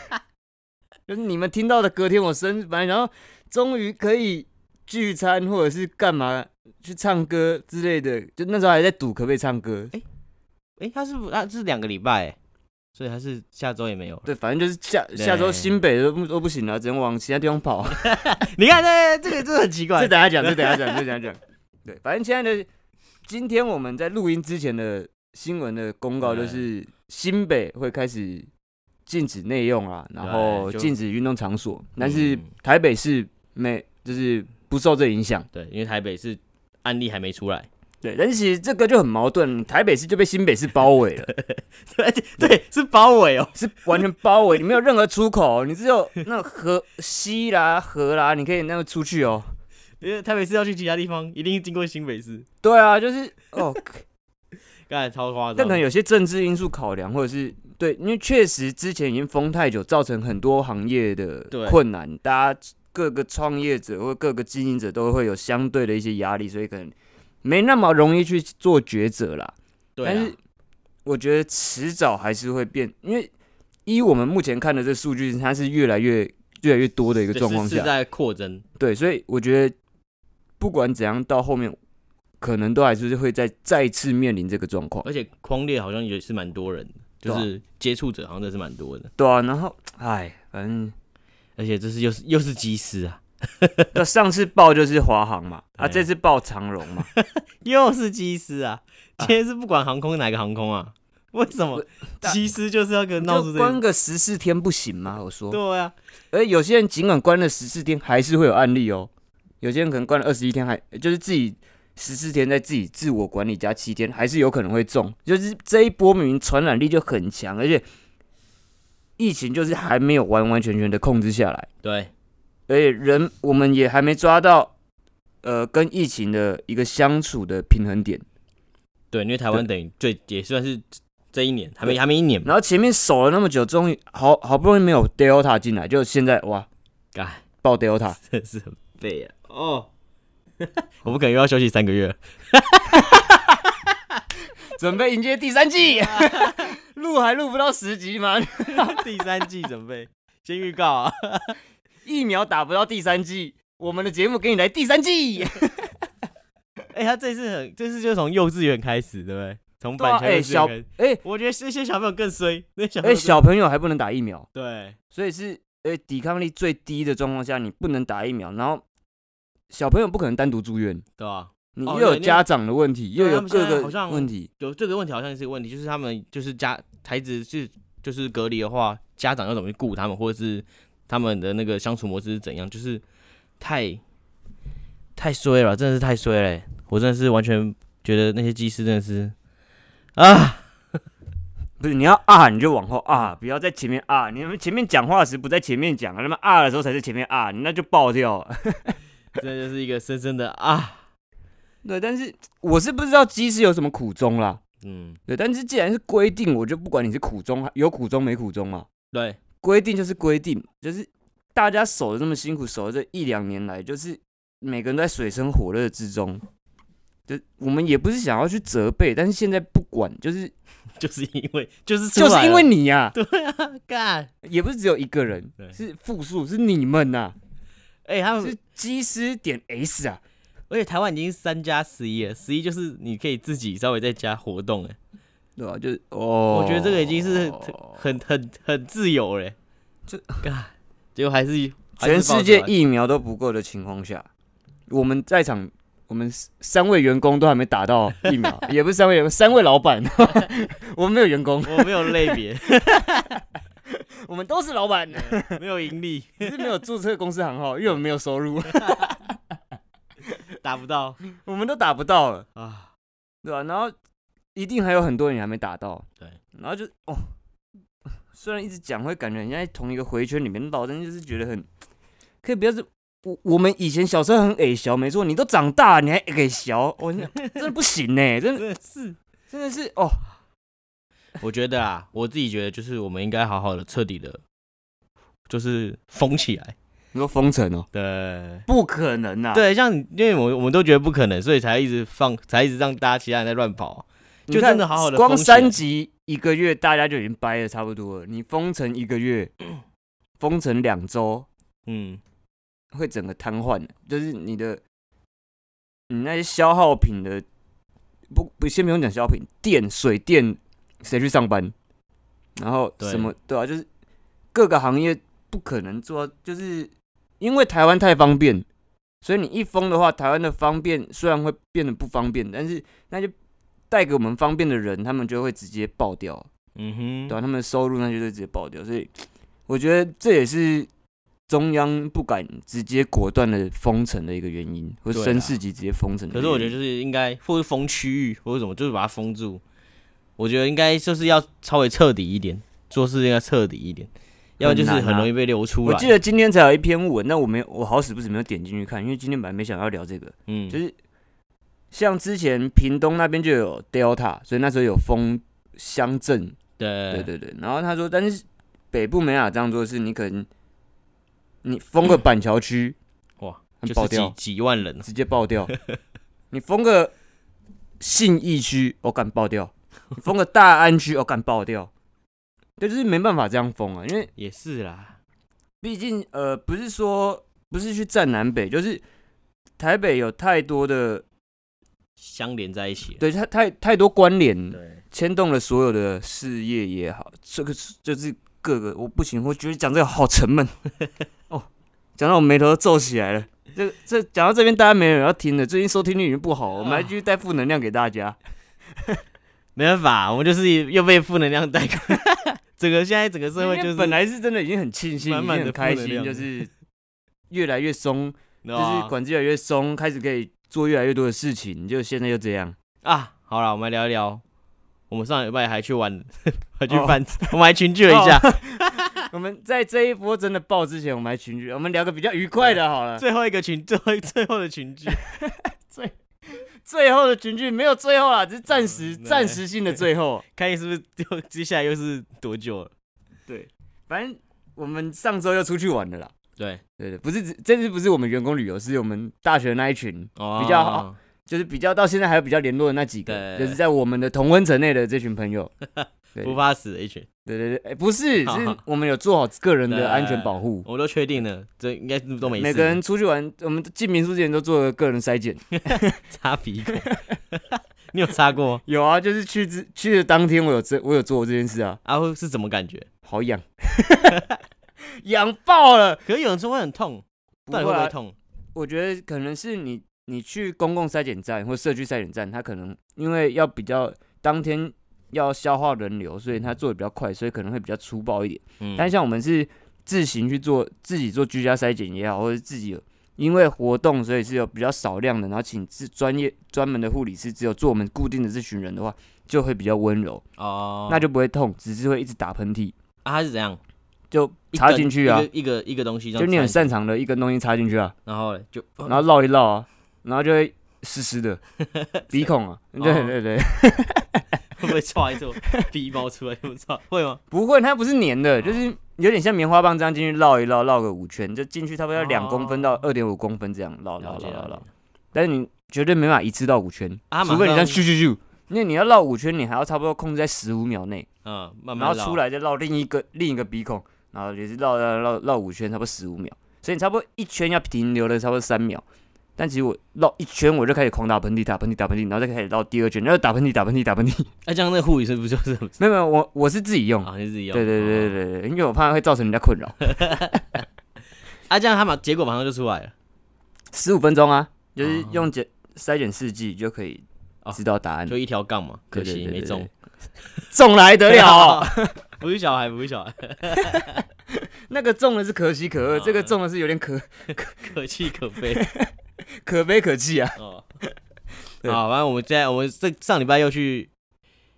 Speaker 1: 就是你们听到的隔天我生日，本来然后终于可以聚餐或者是干嘛去唱歌之类的，就那时候还在赌可不可以唱歌，
Speaker 2: 诶，它是不，它是两个礼拜欸，所以它是下周也
Speaker 1: <laughs>
Speaker 2: 没有了。
Speaker 1: 对，反正就是下
Speaker 2: 对
Speaker 1: 下周新北都不都不行了，只能往其他地方跑。
Speaker 2: 你看，这这个真的很奇怪
Speaker 1: 这。等下讲，这等下讲，这等下讲。对，反正现在的今天我们在录音之前的新闻的公告就是新北会开始禁止内用啊，然后
Speaker 2: 对就
Speaker 1: 禁止运动场所，但是
Speaker 2: 嗯
Speaker 1: 台北市没就是不受这影响。
Speaker 2: 对，因为台北是案例还没出来。 <laughs>
Speaker 1: 对，但是其实这个就很矛盾，台北市就被新北市包围了，
Speaker 2: 对对，是包围哦。 <laughs>
Speaker 1: 是完全包围，你没有任何出口，你只有那河西啦、河啦，你可以那个出去哦。
Speaker 2: 因为台北市要去其他地方，一定经过新北市，
Speaker 1: 对啊，就是
Speaker 2: <laughs>
Speaker 1: 哦，
Speaker 2: 刚才超夸张。
Speaker 1: 但可能有些政治因素考量，或者是对，因为确实之前已经封太久，造成很多行业的
Speaker 2: 对
Speaker 1: 困难，大家各个创业者或各个经营者都会有相对的一些压力，所以可能没那么容易去做抉择啦。
Speaker 2: 对、啊，
Speaker 1: 但是我觉得迟早还是会变，因为依我们目前看的这数据，它是越来越越来越多的一个
Speaker 2: 对
Speaker 1: 状况
Speaker 2: 是
Speaker 1: 下
Speaker 2: 是，在扩增，
Speaker 1: 对，所以我觉得不管怎样，到后面可能都还是会再再次面临这个状况。
Speaker 2: 而且框列好像也是蛮多人的，
Speaker 1: 对
Speaker 2: 就
Speaker 1: 啊
Speaker 2: 是接触者好像真的是蛮多的，
Speaker 1: 对啊，然后哎，反
Speaker 2: <laughs>
Speaker 1: 正
Speaker 2: 而且这是又是又是机师啊，
Speaker 1: 那上次报就是华航嘛，啊，
Speaker 2: 对
Speaker 1: 这次报长荣嘛，
Speaker 2: 又是机师啊，
Speaker 1: 啊
Speaker 2: 今天是不管航空哪个航空啊，为什么
Speaker 1: 但
Speaker 2: 机师就是要跟 <laughs> 闹出
Speaker 1: 就
Speaker 2: 这
Speaker 1: 关
Speaker 2: 个？
Speaker 1: 个十四天不行吗？我说，
Speaker 2: 对啊，
Speaker 1: 而有些人尽管关了十四天，还是会有案例哦。有些人可能关了二十一天还，就是自己十四天在自己自我管理加七天，还是有可能会中。就是这一波明明传染力就很强，而且疫情就是还没有完完全全的控制下来。
Speaker 2: 对，
Speaker 1: 而且人我们也还没抓到，呃，跟疫情的一个相处的平衡点。
Speaker 2: 对，因为台湾等于最也算是这一年还没还没一年嘛，
Speaker 1: 然后前面守了那么久，终于好好不容易没有 Delta 进来，就现在哇，
Speaker 2: 干
Speaker 1: 爆 Delta，
Speaker 2: 真的是很废啊！哦， <laughs> 我们可能又要休息三个月了。
Speaker 1: <laughs> 准备迎接第三季， <laughs> 录还录不到十集吗？
Speaker 2: <laughs> 第三季准备，先预告啊！
Speaker 1: 疫苗打不到第三季，我们的节目给你来第三季。
Speaker 2: <laughs> 哎、他这次很，这次就从幼稚园开始，对不对？从
Speaker 1: 对啊，
Speaker 2: 板
Speaker 1: 哎、
Speaker 2: 桥幼稚园
Speaker 1: 小
Speaker 2: 开始。
Speaker 1: 哎
Speaker 2: 我觉得这些小朋友更衰，那些
Speaker 1: <laughs>
Speaker 2: 小
Speaker 1: 哎、
Speaker 2: 朋友更
Speaker 1: 小朋友还不能打疫苗，
Speaker 2: 对
Speaker 1: 所以是哎、抵抗力最低的状况下，你不能打疫苗，然后小朋友不可能单独住院，
Speaker 2: 对啊，
Speaker 1: 你
Speaker 2: 哦
Speaker 1: 又
Speaker 2: 对
Speaker 1: 有
Speaker 2: 那
Speaker 1: 家长的问题，又
Speaker 2: 对他
Speaker 1: 有
Speaker 2: 们
Speaker 1: 各
Speaker 2: 现在好
Speaker 1: 个
Speaker 2: 像
Speaker 1: 问题，
Speaker 2: 有这个问题好像是一个问题，就是他们就是家孩子是就是隔离的话，家长要怎么去顾他们，或者是他们的那个相处模式是怎样，就是太太衰了，真的是太衰了欸、我真的是完全觉得那些技师真的是啊，
Speaker 1: 不是你要啊你就往后啊，不要在前面啊，你们前面讲话时不在前面讲，他们啊的时候才在前面啊，你那就爆掉了。
Speaker 2: 真的就是一个深深的啊，
Speaker 1: <laughs> 对，但是我是不知道机师有什么苦衷啦。
Speaker 2: 嗯，
Speaker 1: 对，但是既然是规定，我就不管你是苦衷有苦衷没苦衷嘛，
Speaker 2: 对，
Speaker 1: 规定就是规定，就是大家守的这么辛苦，守了这一两年来，就是每个人都在水深火热之中。就我们也不是想要去责备，但是现在不管，就是
Speaker 2: 就是因为就是出
Speaker 1: 就
Speaker 2: 来
Speaker 1: 是因
Speaker 2: 了
Speaker 1: 为你呀、
Speaker 2: <laughs> 对啊，干，
Speaker 1: 也不是只有一个人，
Speaker 2: 对
Speaker 1: 是复数，是你们啊呐、
Speaker 2: 哎、他们
Speaker 1: 是机师点 S 啊，
Speaker 2: 而且台湾已经三加十一了，十一就是你可以自己稍微在家活动，哎，
Speaker 1: 对吧、就是哦，
Speaker 2: 我觉得这个已经是很很很自由嘞，
Speaker 1: 这
Speaker 2: 干，结果还是还是啊
Speaker 1: 全
Speaker 2: 爆
Speaker 1: 世界
Speaker 2: 出来
Speaker 1: 疫苗都不够的情况下，我们在场我们三位员工都还没打
Speaker 2: <laughs>
Speaker 1: 到疫苗，也不是三位员工，三位老板， <laughs> 我们没有员工，
Speaker 2: 我没有类别， <laughs>
Speaker 1: 我们都是老板，
Speaker 2: 没有盈利， <laughs>
Speaker 1: 只是没有注册公司行号，因为我们没有收入，
Speaker 2: 达不到
Speaker 1: 我们都打不到了，
Speaker 2: 啊，
Speaker 1: 对吧、然后一定还有很多人还没打到，
Speaker 2: 对，
Speaker 1: 然后就哦，虽然一直讲会感觉人家在同一个回圈里面绕，但是就是觉得很，可以不要是。我我们以前小时候很矮小，没错，你都长大，你还矮小，我、真的不行呢、真的
Speaker 2: 真的是，
Speaker 1: 真的是哦，
Speaker 2: 我觉得啊，我自己觉得就是我们应该好好的彻底的，就是封起来，
Speaker 1: 你说封城哦，
Speaker 2: 对。
Speaker 1: 不可能呐、啊，，
Speaker 2: 对，像因为我们我们都觉得不可能，所以才一直放，才一直让大家其他人在乱跑啊、就真的好好地
Speaker 1: 光
Speaker 2: 封起来
Speaker 1: 三级一个月，大家就已经掰的差不多了。你封城一个
Speaker 2: <clears throat>
Speaker 1: 月，封城两周，
Speaker 2: 嗯，
Speaker 1: 会整个瘫痪的，就是你的，你那些消耗品的，不不，先不用讲消耗品，电、水电，谁去上班？然后
Speaker 2: 对
Speaker 1: 什么对啊，就是各个行业不可能做到，就是因为台湾太方便，所以你一封的话，台湾的方便虽然会变得不方便，但是那些带给我们方便的人，他们就会直接爆掉。
Speaker 2: 嗯哼，
Speaker 1: 对啊，他们的收入那些就直接爆掉，所以我觉得这也是中央不敢直接果断的封城的一个原因，或者
Speaker 2: 对
Speaker 1: 升
Speaker 2: 啦
Speaker 1: 市级直接封城的
Speaker 2: 可
Speaker 1: 原因。
Speaker 2: 是我觉得就是应该，或是封区域，或者什么，就是把它封住。我觉得应该就是要稍微彻底一点，做事应该彻底一点，要不然就是
Speaker 1: 很难啊
Speaker 2: 很容易被流出
Speaker 1: 我
Speaker 2: 来。
Speaker 1: 记得今天才有一篇文，但我没有我好死不死没有点进去看，因为今天本来没想要聊这个，
Speaker 2: 嗯，
Speaker 1: 就是像之前屏东那边就有 Delta，所以那时候有封乡镇，
Speaker 2: 对
Speaker 1: 对对对。然后他说，但是北部没法这样做，是你可能你封个板桥区，
Speaker 2: 哇，
Speaker 1: 很
Speaker 2: 就
Speaker 1: 爆
Speaker 2: 是
Speaker 1: 掉
Speaker 2: 几几万人，
Speaker 1: 直接爆掉。 <laughs> 你封个信义区，我敢爆掉；你封个大安区，我敢爆掉。对，就是没办法这样封啊，因为
Speaker 2: 也是啦。
Speaker 1: 毕竟呃，不是说不是去占南北，就是台北有太多的
Speaker 2: 相连在一起。
Speaker 1: 对它太太多关联，
Speaker 2: 对，
Speaker 1: 牵动了所有的事业也好，这个是就是各个我不行，我觉得讲这个好沉闷 <laughs> 哦，讲到我眉头都皱起来了。这这讲到这边，大家没有人要听了，最近收听率已经不
Speaker 2: 啊
Speaker 1: 好，我们还继续带负能量给大家。
Speaker 2: 没办法，我们就是又被负能量带过。 <laughs> 整个现在整个社会
Speaker 1: 因为
Speaker 2: 就是
Speaker 1: 本来是真的已经很庆幸，
Speaker 2: 满满
Speaker 1: 已经
Speaker 2: 的
Speaker 1: 很开
Speaker 2: 负能
Speaker 1: 心，
Speaker 2: 量啊
Speaker 1: 就是越来越松，
Speaker 2: 你
Speaker 1: 就
Speaker 2: 知道吗
Speaker 1: 是管制越来越松，开始可以做越来越多的事情，就现在就这样。 <laughs>
Speaker 2: 啊，好了，我们来聊一聊。我们上礼拜还去玩， <laughs> 还去
Speaker 1: 哦
Speaker 2: 饭，我们还群聚了一下。
Speaker 1: 我们在这一波真的爆之前，我们还群聚，我们聊个比较愉快的好了。
Speaker 2: 最后一个群，最后最后的群聚，
Speaker 1: 最最后的群聚没有最后啦，只是暂时
Speaker 2: 嗯
Speaker 1: 暂时性的最后。
Speaker 2: 看你是不是又接下来又是多久了？
Speaker 1: 对， <laughs> 反正我们上周又出去玩了啦。
Speaker 2: 对，
Speaker 1: 对对，不是只这次不是我们员工旅游，是我们大学那一群，
Speaker 2: 哦
Speaker 1: 比较好。就是比较到现在还有比较联络的那几个，
Speaker 2: 对
Speaker 1: 就是在我们的同温层内的这群朋友。对
Speaker 2: 不怕死的一群，
Speaker 1: 对对对，哎、不 <laughs> 是，
Speaker 2: 好
Speaker 1: 是我们有做好个人
Speaker 2: 对
Speaker 1: 的安全保护。
Speaker 2: 我都确定了，这应该都没事。
Speaker 1: 每个
Speaker 2: <laughs>
Speaker 1: 人出去玩，我们进民宿之前都做了个人筛检。
Speaker 2: 擦鼻孔， <laughs> 你有擦过？
Speaker 1: 有啊，就是去之去的当天，我有这我有做这件事啊，
Speaker 2: 啊，会是怎么感觉？
Speaker 1: 好痒， <laughs> 痒爆了。
Speaker 2: 可是有人说会很痛，
Speaker 1: 不
Speaker 2: 到
Speaker 1: 会
Speaker 2: 底会不
Speaker 1: 啊
Speaker 2: 会痛？
Speaker 1: 我觉得可能是你你去公共筛检站或社区筛检站，它可能因为要比较当天要消化人流，所以它做的比较快，所以可能会比较粗暴一点。
Speaker 2: 嗯，
Speaker 1: 但像我们是自行去做，自己做居家筛检也好，或者自己有因为活动，所以是有比较少量的，然后请自专业专门的护理师，只有做我们固定的这群人的话，就会比较温柔，
Speaker 2: 哦，
Speaker 1: 那就不会痛，只是会一直打喷嚏，
Speaker 2: 啊，它是怎样？
Speaker 1: 就
Speaker 2: 一
Speaker 1: 插
Speaker 2: 根
Speaker 1: 进去啊
Speaker 2: 一个一个一个东西这
Speaker 1: 就
Speaker 2: 样
Speaker 1: 你很
Speaker 2: 插进
Speaker 1: 擅长的一根东西插进去啊。
Speaker 2: 去，然后嘞就 <laughs>
Speaker 1: 然后绕一绕啊，然后就会湿湿的，鼻孔啊，对
Speaker 2: 哦
Speaker 1: 对 <laughs> 对，
Speaker 2: 会不会
Speaker 1: <laughs>
Speaker 2: 抓一次我鼻毛出来？我操，会吗？
Speaker 1: 不会，它不是粘
Speaker 2: 哦
Speaker 1: 的，就是有点像棉花棒这样进去绕一绕，绕个五圈，就进去差不多要两公分到二点五公分这样绕绕
Speaker 2: 哦了解
Speaker 1: 绕绕
Speaker 2: 了
Speaker 1: 绕
Speaker 2: 解，，
Speaker 1: 但是你绝对没办法一次绕五圈，
Speaker 2: 啊
Speaker 1: 除非你
Speaker 2: 马
Speaker 1: 像
Speaker 2: 上
Speaker 1: 咻咻咻，因为你要绕五圈，你还要差不多控制在十五秒内，
Speaker 2: 嗯，慢
Speaker 1: 然
Speaker 2: 慢
Speaker 1: 后
Speaker 2: 绕
Speaker 1: 出，来再绕另一个另一个鼻孔，然后也是绕绕绕绕五圈，差不多十五秒，所以你差不多一圈要停留了差不多三秒。但其实我绕一圈我就开始狂打喷嚏，打喷嚏，打喷嚏，然后再开始绕第二圈，然后打喷嚏，打喷嚏，打喷嚏。
Speaker 2: 啊那这样那护理师不就是不是
Speaker 1: 没有没有，我我是自己用，
Speaker 2: 啊？你自己用？
Speaker 1: 嗯对对对
Speaker 2: 对，
Speaker 1: 对对对，因为我怕会造成人家困扰。
Speaker 2: 啊，这样他马结果马上就出来了。
Speaker 1: 十五分钟啊，就是
Speaker 2: 哦
Speaker 1: 用检筛检试剂就可以
Speaker 2: 哦
Speaker 1: 知道答案
Speaker 2: 就，一条杠嘛，可
Speaker 1: 对对
Speaker 2: 惜
Speaker 1: 对
Speaker 2: 没
Speaker 1: 对
Speaker 2: 中。
Speaker 1: 中来 <laughs> 得了，，
Speaker 2: <laughs> 不是小孩，不是小孩，
Speaker 1: 那个中的是可喜可贺，
Speaker 2: 哦
Speaker 1: 这个中的是有点可
Speaker 2: 可气可悲
Speaker 1: 可悲可气啊。
Speaker 2: <laughs> 哦。
Speaker 1: 对
Speaker 2: 好，反正我们现在，我们这上礼拜又去，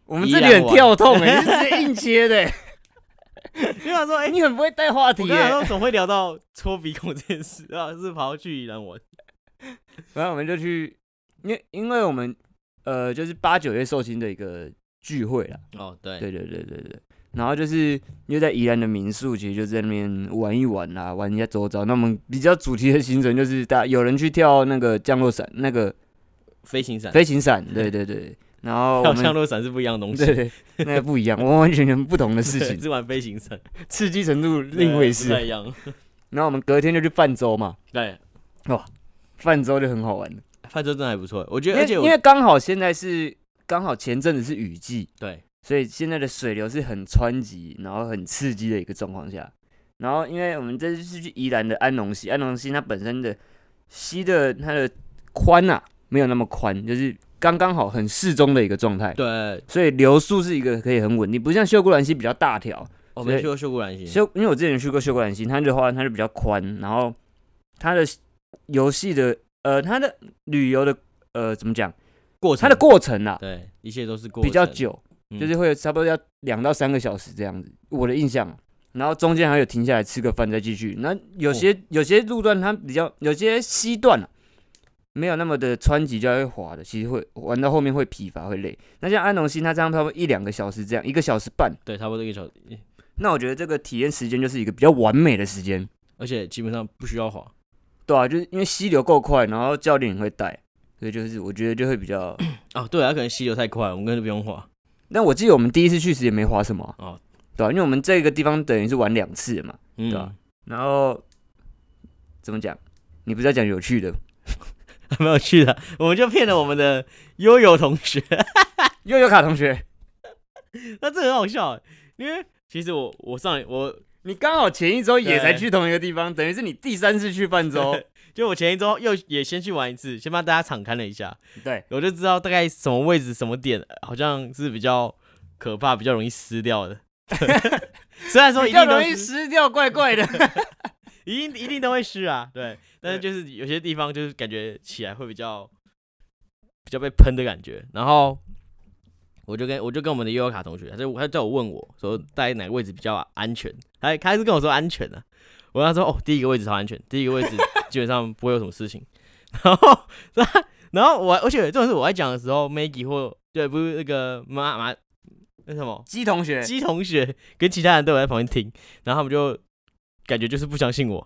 Speaker 1: 我们这里很跳痛哎，你是直接硬切的欸，
Speaker 2: 因为他 <laughs> 说，哎，
Speaker 1: 你很不会带话
Speaker 2: 我
Speaker 1: 题
Speaker 2: 刚才
Speaker 1: 哎。
Speaker 2: 说总会聊到搓鼻孔这件事 <laughs> 啊，是跑去宜兰玩。
Speaker 1: 然后我们就去，因为因为我们呃就是八九月寿星的一个聚会啦，
Speaker 2: 哦，对，
Speaker 1: 对对对对对。然后就是因为在宜兰的民宿，其实就在那边玩一玩啦、玩一下周遭。那我们比较主题的行程就是大有人去跳那个降落伞，那个
Speaker 2: 飞行伞、
Speaker 1: 飞行伞，对对对。然后我
Speaker 2: 嗯跳降
Speaker 1: 们
Speaker 2: 落伞是不一样的东西
Speaker 1: 对，对那个不一样，完完全全不同的事
Speaker 2: 对 <laughs>
Speaker 1: 情，
Speaker 2: 是玩飞行伞，
Speaker 1: 刺激程度另一回
Speaker 2: 对不太
Speaker 1: 事。
Speaker 2: 一样。
Speaker 1: 然后我们隔天就去泛舟嘛，
Speaker 2: 对，
Speaker 1: 泛舟就很好玩了，
Speaker 2: 泛舟真的还不错，我觉
Speaker 1: 因
Speaker 2: 得，而
Speaker 1: 为
Speaker 2: 且
Speaker 1: 因
Speaker 2: 我
Speaker 1: 为刚好现在是刚好前阵子是雨季，
Speaker 2: 对，
Speaker 1: 所以现在的水流是很湍急，然后很刺激的一个状况下。然后，因为我们这次是去宜兰的安农溪，安农溪它本身的溪的它的宽啊，没有那么宽，就是刚刚好很适中的一个状态，
Speaker 2: 对，
Speaker 1: 所以流速是一个可以很稳定，不像秀姑兰溪比较大条。
Speaker 2: 我
Speaker 1: 所
Speaker 2: 没
Speaker 1: 以
Speaker 2: 去过秀姑兰溪，
Speaker 1: 秀，因为我之前去过秀姑兰溪，它的话它就比较宽，然后它的游戏的呃它的旅游的呃怎么讲，
Speaker 2: 过程
Speaker 1: 它的过程啊
Speaker 2: 对，一切都是过
Speaker 1: 比较
Speaker 2: 程，
Speaker 1: 久，
Speaker 2: 嗯
Speaker 1: 就是会有差不多要两到三个小时这样子，我的印象。啊然后中间还有停下来吃个饭再继续。那有些、
Speaker 2: 哦
Speaker 1: 有些路段它比较有些西段啊，没有那么的湍急，就会滑的，其实会玩到后面会疲乏会累。那像安农溪它这样差不多一两个小时这样，一个小时半，
Speaker 2: 对，差不多一个小时，
Speaker 1: 那我觉得这个体验时间就是一个比较完美的时间，
Speaker 2: 而且基本上不需要滑，
Speaker 1: 对啊，就是因为溪流够快，然后教练也会带，所以就是我觉得就会比较。
Speaker 2: 哦，对啊，可能溪流太快，我们根本就不用滑。
Speaker 1: 但我记得我们第一次去时也没滑什么啊、
Speaker 2: 哦
Speaker 1: 对啊，因为我们这个地方等于是玩两次嘛，
Speaker 2: 嗯，
Speaker 1: 对啊然后怎么讲？你不是要讲有趣的？
Speaker 2: <laughs> 蛮有趣的，我们就骗了我们的悠悠同学，
Speaker 1: 悠悠卡同学，
Speaker 2: 那这很好笑，因为其实我我上我
Speaker 1: 你刚好前一周也
Speaker 2: 对
Speaker 1: 才去同一个地方，等于是你第三次去泛舟。
Speaker 2: 就我前一周又也先去玩一次，先帮大家敞开了一下，
Speaker 1: <laughs> 对，
Speaker 2: 我就知道大概什么位置、什么点好像是比较可怕、比较容易撕掉的。 <laughs> 虽然说
Speaker 1: 比
Speaker 2: 一定
Speaker 1: 较
Speaker 2: 都
Speaker 1: 容易
Speaker 2: 是
Speaker 1: 湿掉，怪怪的。
Speaker 2: 一定一定都会湿啊，对，但是
Speaker 1: 对
Speaker 2: 就是有些地方就是感觉起来会比较比较被喷的感觉。然后我就跟我就跟我们的悠悠卡同学，他就他叫我问我说在哪个位置比较安全，他他还是跟我说安全啊， <laughs> 我跟他说哦第一个位置超安全，第一个位置基本上不会有什么事情。然后他然后我还而且这种是我在讲的时候，Maggie 或对不是那个妈妈那什么
Speaker 1: <laughs> 鸡同学，
Speaker 2: 鸡同学跟其他人都有在旁边听，然后他们就感觉就是不相信我，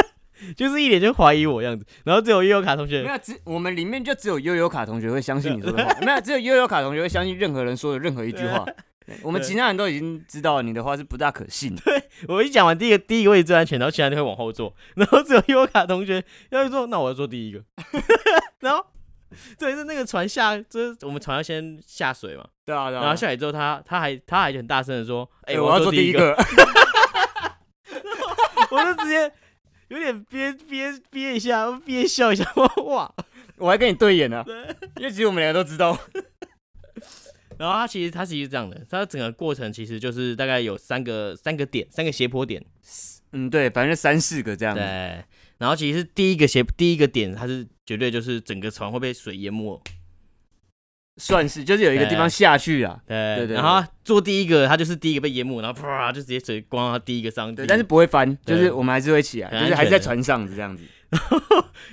Speaker 2: <laughs> 就是一脸就怀疑我样子。然后只有悠悠卡同学
Speaker 1: 没有只我们里面就只有悠悠卡同学会相信你说的 <laughs> 话，没有只有悠悠卡同学会相信任何人说的任何一句话。对我们
Speaker 2: 对
Speaker 1: 其他人都已经知道你的话是不大可信的，
Speaker 2: 我一讲完第一个第一个位置最安全，然后其他人就会往后坐， <laughs> 然后只有优卡同学要坐，那我要坐第一个， <laughs> 然后。对，是那个船下，就是我们船要先下水嘛，
Speaker 1: 对啊，对
Speaker 2: 然后下水之后他，他还他还很大声的说：“哎、
Speaker 1: 哎、
Speaker 2: 我
Speaker 1: 我要
Speaker 2: 坐
Speaker 1: 做第
Speaker 2: 一”
Speaker 1: 一。个，
Speaker 2: <laughs> 我就直接有点憋憋憋一下，憋笑一下， <laughs> 哇！
Speaker 1: 我还跟你对眼呢、因为其实我们两个都知道，
Speaker 2: 然后他其实他其实这样的，他整个过程其实就是大概有三个三个点，三个斜坡点，
Speaker 1: 嗯，对，反正三四个这样子，
Speaker 2: 对，然后其实是第一个斜第一个点，它是绝对就是整个船会被水淹没。
Speaker 1: 算是就是有一个地方下去啊，
Speaker 2: 对
Speaker 1: 对对
Speaker 2: 然后他做第一个，他就是第一个被淹没，然后啪就直接水光到第一个上。
Speaker 1: 对，但是不会翻，
Speaker 2: 对
Speaker 1: 就是我们还是会起来，啊
Speaker 2: 很
Speaker 1: 就是
Speaker 2: 安全
Speaker 1: 还是在船上的这样子。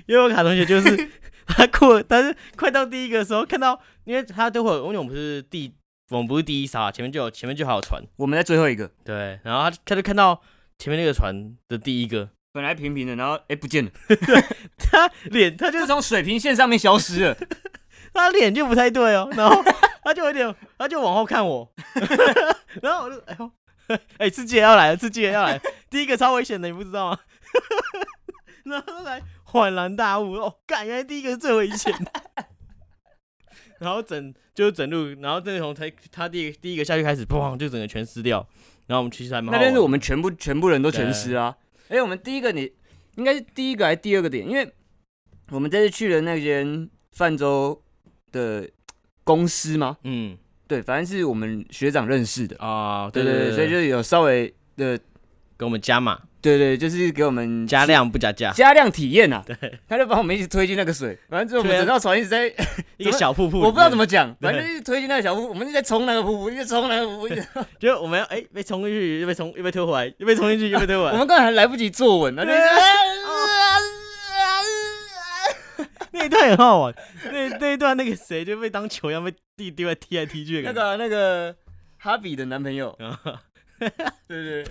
Speaker 2: 悠悠卡同学就是 <laughs> 他过，但是快到第一个的时候，看到因为他都会有，因为我们不是第我们不是第一艘，前面就有前面就还有船，
Speaker 1: 我们在最后一个，
Speaker 2: 对，然后他他就看到前面那个船的第一个， <laughs>
Speaker 1: 本来平平的，然后哎、不见 <laughs> 了，
Speaker 2: 他脸他就
Speaker 1: 就从水平线上面消失 <laughs> 了。
Speaker 2: 他脸就不太对哦，然后他就有点，他就往后看我， <laughs> 然后我就哎呦，哎，刺激也要来了，刺激也要来了，第一个超危险的，你不知道吗？ <laughs> 然后来恍然大悟，哦，干，原来第一个是最危险的。 <laughs> 然后整就是整路，然后这个从他他第一个第一个下去开始，砰，就整个全湿掉。然后我们其实还蛮
Speaker 1: 那
Speaker 2: 好玩
Speaker 1: 边是我们全部全部人都全湿啊。哎、我们第一个你应该是第一个还是第二个点？因为我们这次去了那间泛舟的公司嘛，
Speaker 2: 嗯
Speaker 1: 对，反正是我们学长认识的，
Speaker 2: 啊，
Speaker 1: 对
Speaker 2: 对
Speaker 1: 对对，所以就有稍微的，
Speaker 2: 给我们加码，
Speaker 1: 对对，就是给我们
Speaker 2: 加量不加价，
Speaker 1: 加量体验啊。对，他就把我们一直推进那个水，反正就我们
Speaker 2: 对啊
Speaker 1: 整条船一直在
Speaker 2: 一个小瀑布，
Speaker 1: 我不知道怎
Speaker 2: 么，
Speaker 1: 么讲，反正就是推进那个小瀑布，我们一直在冲那个瀑布，一直冲那个
Speaker 2: <laughs>
Speaker 1: 瀑布，一直
Speaker 2: 就是我们要哎被冲进去，又被冲又被推回来，又被冲进去又被推回
Speaker 1: 我
Speaker 2: 来，
Speaker 1: 们根本还来不及坐稳，然啊后就一
Speaker 2: 啊
Speaker 1: <laughs> 直
Speaker 2: 那一段很好玩，那那一段那个谁就被当球一样被地丢来踢来踢去的
Speaker 1: 那
Speaker 2: 感觉。
Speaker 1: 个那个哈比的男朋友，
Speaker 2: <laughs> 个，
Speaker 1: 对对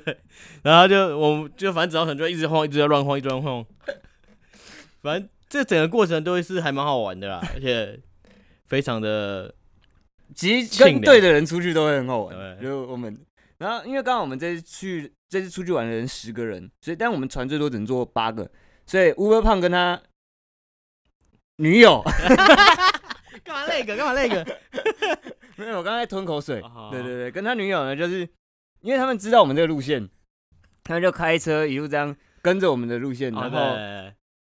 Speaker 1: 对，
Speaker 2: 然后就我们就反正整条船就一直晃，一直在乱晃，一直在乱晃。反正这整个过程都会是还蛮好玩的啦，而且非常的
Speaker 1: 其实
Speaker 2: 庆
Speaker 1: 跟
Speaker 2: 良
Speaker 1: 对的人出去都会很好玩，
Speaker 2: 对
Speaker 1: 就是我们。然后，因为刚好我们这次去这次出去玩的人十个人，所以但我们船最多只能坐八个，所以乌龟胖跟他女友， <laughs>
Speaker 2: 干嘛那个干嘛那个，
Speaker 1: 没有，我刚才吞口水。
Speaker 2: 哦
Speaker 1: 对对对，跟他女友呢，就是因为他们知道我们这个路线，他们就开车一路这样跟着我们的路
Speaker 2: 哦
Speaker 1: 线，然后
Speaker 2: 然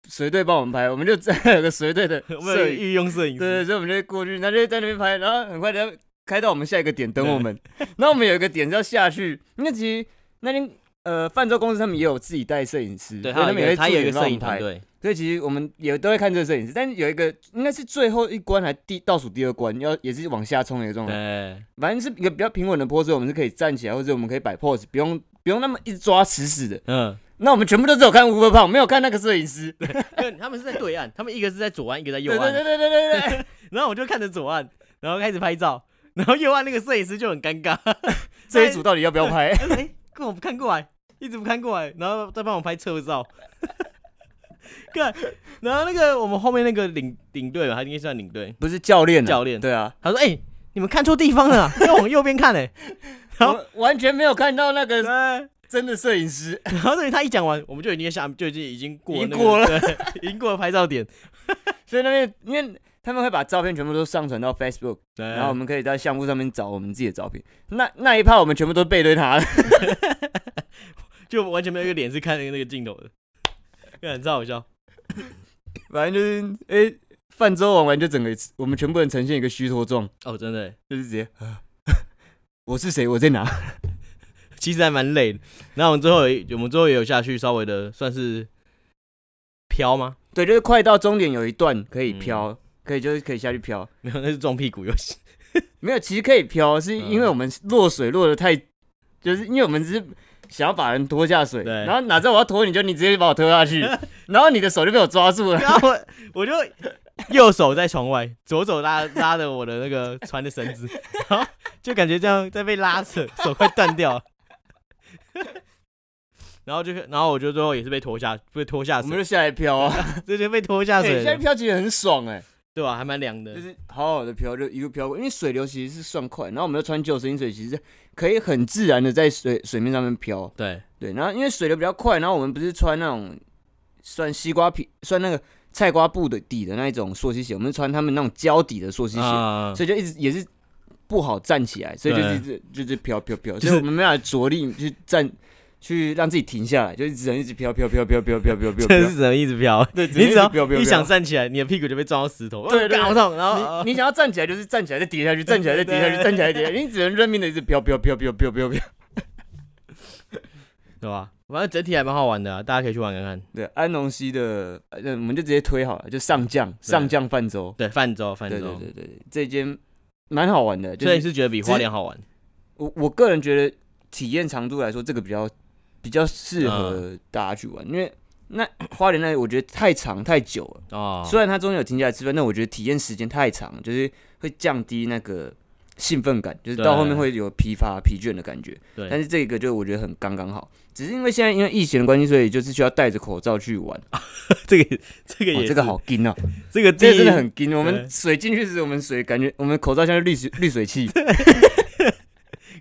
Speaker 1: 随队帮我们拍，我们就在有个随队的
Speaker 2: <laughs> 我们有
Speaker 1: 摄影，
Speaker 2: 御用摄影
Speaker 1: 对
Speaker 2: 师，
Speaker 1: 对，所以我们就过去，他就在那边拍，然后很快就开到我们下一个点等我们。然后我们有一个点要下去，那其实那天呃泛舟公司他们也有自己带摄影师，所以
Speaker 2: 他
Speaker 1: 他
Speaker 2: 有
Speaker 1: 们
Speaker 2: 一
Speaker 1: 也会
Speaker 2: 个他
Speaker 1: 驻
Speaker 2: 有一个
Speaker 1: 点帮
Speaker 2: 摄
Speaker 1: 我
Speaker 2: 影
Speaker 1: 们
Speaker 2: 团
Speaker 1: 拍。
Speaker 2: 队，
Speaker 1: 所以其实我们也都会看这个摄影师，但有一个应该是最后一关还第倒数第二关，要也是往下冲的一个状态。
Speaker 2: 对
Speaker 1: 反正是一个比较平稳的坡，所以我们是可以站起来，或者我们可以摆 pose，不用不用那么一直抓死死的。
Speaker 2: 嗯，
Speaker 1: 那我们全部都只有看乌龟胖，没有看那个摄影师。对
Speaker 2: 因为他们是在对岸，他们一个是在左岸，一个在右
Speaker 1: 对
Speaker 2: 岸
Speaker 1: 对，对对对
Speaker 2: <laughs>
Speaker 1: 对，
Speaker 2: 然后我就看着左岸，然后开始拍照，然后右岸那个摄影师就很尴尬，
Speaker 1: 这一组到底要不要
Speaker 2: <laughs>
Speaker 1: 拍？
Speaker 2: 哎、欸，跟我不看过来，一直不看过来，然后再帮我拍侧照。 <laughs> 看，然后那个我们后面那个领领队吧，他应该算领队，
Speaker 1: 不是教练、啊，
Speaker 2: 教练
Speaker 1: 对啊，
Speaker 2: 他说：“哎、你们看错地方了啊，要往右边
Speaker 1: <laughs>
Speaker 2: 看嘞、好
Speaker 1: 我完全没有看到那
Speaker 2: 对，
Speaker 1: 个
Speaker 2: 然
Speaker 1: 真的摄影师。 <laughs>
Speaker 2: 后等于他一讲完，我们就已经下，就已经已经过、那
Speaker 1: 已
Speaker 2: 个、
Speaker 1: 经过了
Speaker 2: 对，已经过了拍照点。
Speaker 1: 所以那边因为他们会把照片全部都上传到 Facebook，
Speaker 2: 对，
Speaker 1: 然后我们可以在项目上面找我们自己的照片。那那一趴我们全部都背对他了， <laughs>
Speaker 2: 就完全没有一个脸是看那个那个镜头的，很超好笑。
Speaker 1: 反正就是哎，泛舟玩完就整个我们全部人呈现一个虚脱状，
Speaker 2: 哦，真的欸，
Speaker 1: 就是直接。 <laughs> 我是谁？我在哪？
Speaker 2: 其实还蛮累的。然后我们最后也，我们最后也有下去稍微的算是飘吗？
Speaker 1: <laughs> 对，就是快到终点有一段可以飘，可以就是可以下去飘。
Speaker 2: 没有，那是撞屁股游
Speaker 1: <laughs>
Speaker 2: 戏。
Speaker 1: 嗯没有，其实可以飘，是因为我们落水落的太，就是因为我们只是想要把人拖下水，
Speaker 2: 对
Speaker 1: 然后哪知道我要拖你就你直接把我拖下 <laughs> 去，然后你的手就被我抓住了，
Speaker 2: 然后我我就右手在床外，左手拉拉着我的那个穿的绳子， <laughs> 然后就感觉这样在被拉扯，手快断掉了。 <laughs> 然后就然后我就最后也是被拖下，被拖下
Speaker 1: 我们
Speaker 2: 水，
Speaker 1: 就下来飘啊，
Speaker 2: 这就被拖下
Speaker 1: 哎、
Speaker 2: 水
Speaker 1: 下来
Speaker 2: 了，
Speaker 1: 飘其实很爽哎、
Speaker 2: 对吧？还蛮凉的
Speaker 1: 就，是好好的飘，就一路飘过，因为水流其实是算快，然后我们就穿救生衣，所以其实可以很自然的在水水面上面飘。
Speaker 2: 对
Speaker 1: 对，然后因为水流比较快，然后我们不是穿那种算西瓜皮、算那个菜瓜布的底的那一种溯溪鞋，我们是穿他们那种胶底的溯溪鞋，
Speaker 2: 啊，
Speaker 1: 所以就一直也是不好站起来，所以就是
Speaker 2: 对
Speaker 1: 一直就是飘飘飘，
Speaker 2: 就是
Speaker 1: 所以我们没办法着力去站，去让自己停下来，就是只能一直飘飘飘飘飘飘飘 <laughs> 飘
Speaker 2: <laughs> 真
Speaker 1: 飘
Speaker 2: 的。是只能一直飘。
Speaker 1: 对，
Speaker 2: 你只要
Speaker 1: 不要不要
Speaker 2: 一想站起来，你的屁股就被撞到石头，
Speaker 1: 对对
Speaker 2: 哦干好痛。然后
Speaker 1: 你你想要站起来就是站起来再跌下去，站起来再跌下去，
Speaker 2: 对
Speaker 1: 站起来再跌下去，你只能认命的一直飘飘飘飘飘飘飘。
Speaker 2: 对吧？反正整体还蛮好玩的啊，大家可以去玩看看。
Speaker 1: 对，安龙溪的，呃我们就直接推好了，就上将上将泛舟。
Speaker 2: 对，泛舟，泛
Speaker 1: 对
Speaker 2: 舟，
Speaker 1: 对对对，对这间蛮好玩的，就
Speaker 2: 所以你
Speaker 1: 是
Speaker 2: 是觉得比花莲好玩？
Speaker 1: 我我个人觉得体验长度来说，这个比较比较
Speaker 2: 嗯
Speaker 1: 适合大家去玩，因为那 <clears throat> 花莲那里我觉得太长太久了，
Speaker 2: 哦，
Speaker 1: 虽然它中间有停下来吃饭，但我觉得体验时间太长了，就是会降低那个兴奋感，就是到后面
Speaker 2: 对
Speaker 1: 会有疲乏疲倦的感觉。
Speaker 2: 对
Speaker 1: 但是这个就我觉得很刚刚好，只是因为现在因为疫情的关系，所以就是需要戴着口罩去玩。
Speaker 2: 这个 <laughs> 这个
Speaker 1: 哦
Speaker 2: 也、
Speaker 1: 这个，好紧
Speaker 2: <laughs>
Speaker 1: 哦，
Speaker 2: 这个
Speaker 1: 这
Speaker 2: 第
Speaker 1: 个真
Speaker 2: 一
Speaker 1: 的很紧。我们
Speaker 2: 对
Speaker 1: 水进去时，我们水感觉我们口罩像是滤水滤水器，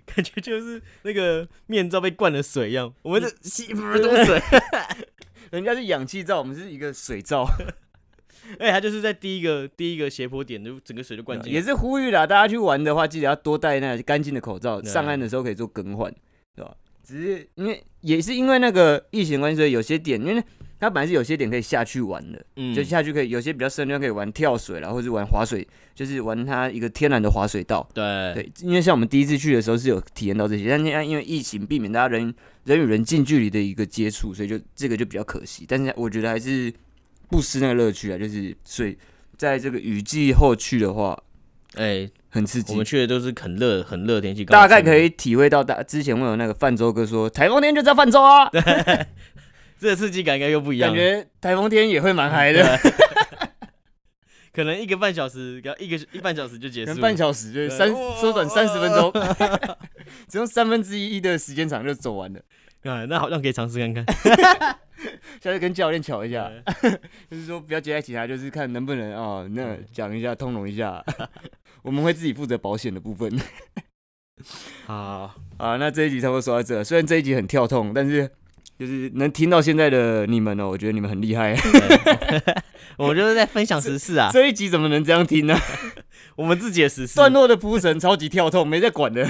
Speaker 2: 感觉就是那个面罩被灌了水一样，我们这
Speaker 1: 嗯
Speaker 2: 吸不是
Speaker 1: 对
Speaker 2: 水。
Speaker 1: <laughs> 人家是氧气罩，我们是一个水罩。
Speaker 2: 哎，它就是在第一个第一个斜坡点，就整个水就灌进
Speaker 1: 也
Speaker 2: 来。
Speaker 1: 是呼吁啦，大家去玩的话，记得要多戴那干净的口罩，
Speaker 2: 对啊
Speaker 1: 上岸的时候可以做更换，对吧？只是因为也是因为那个疫情的关系，所以有些点，因为它本来是有些点可以下去玩的，
Speaker 2: 嗯
Speaker 1: 就下去可以有些比较深的地方可以玩跳水啦，或者是玩滑水，就是玩它一个天然的滑水道。
Speaker 2: 对
Speaker 1: 对，因为像我们第一次去的时候是有体验到这些，但现在因为疫情，避免大家人人与人近距离的一个接触，所以就这个就比较可惜。但是我觉得还是不失那个乐趣啊，就是所以在这个雨季后去的话，
Speaker 2: 哎，
Speaker 1: 很刺
Speaker 2: 我
Speaker 1: 激
Speaker 2: 们。去的都是很热很热的天气，
Speaker 1: 大概可。以体会到大之前会有那个泛舟哥说台风天就在泛舟
Speaker 2: <laughs>
Speaker 1: 啊，
Speaker 2: 这个刺激感应该又不一样啊
Speaker 1: 感
Speaker 2: 了，
Speaker 1: 觉台风天也会蛮嗨
Speaker 2: <laughs>
Speaker 1: 的，
Speaker 2: 可能一个半小时，然后一个一半小时就结
Speaker 1: 可
Speaker 2: 束
Speaker 1: 能
Speaker 2: 了。
Speaker 1: 半小时就是三
Speaker 2: 对哇
Speaker 1: 缩短三十分
Speaker 2: <laughs>
Speaker 1: 钟， <laughs> 只用三分之一的时间长就走完了。
Speaker 2: 啊，那好像可以尝试看看。
Speaker 1: <laughs> 下次跟教练瞧一下，
Speaker 2: 对
Speaker 1: <laughs> 就是说不要接在其他，就是看能不能哦，那讲一下通融一下， <laughs> 我们会自己负责保险的部分。 <laughs>
Speaker 2: 好，
Speaker 1: 啊，那这一集差不多说到这了，虽然这一集很跳痛，但是就是能听到现在的你们哦，我觉得你们很厉害。 <laughs>
Speaker 2: <laughs> 我就是在分享时事啊，
Speaker 1: 这一集怎么能这样
Speaker 2: <laughs>
Speaker 1: 听呢？
Speaker 2: 我们自己的时事。
Speaker 1: 段落的铺陈超级跳痛，没在管
Speaker 2: <laughs>
Speaker 1: 的，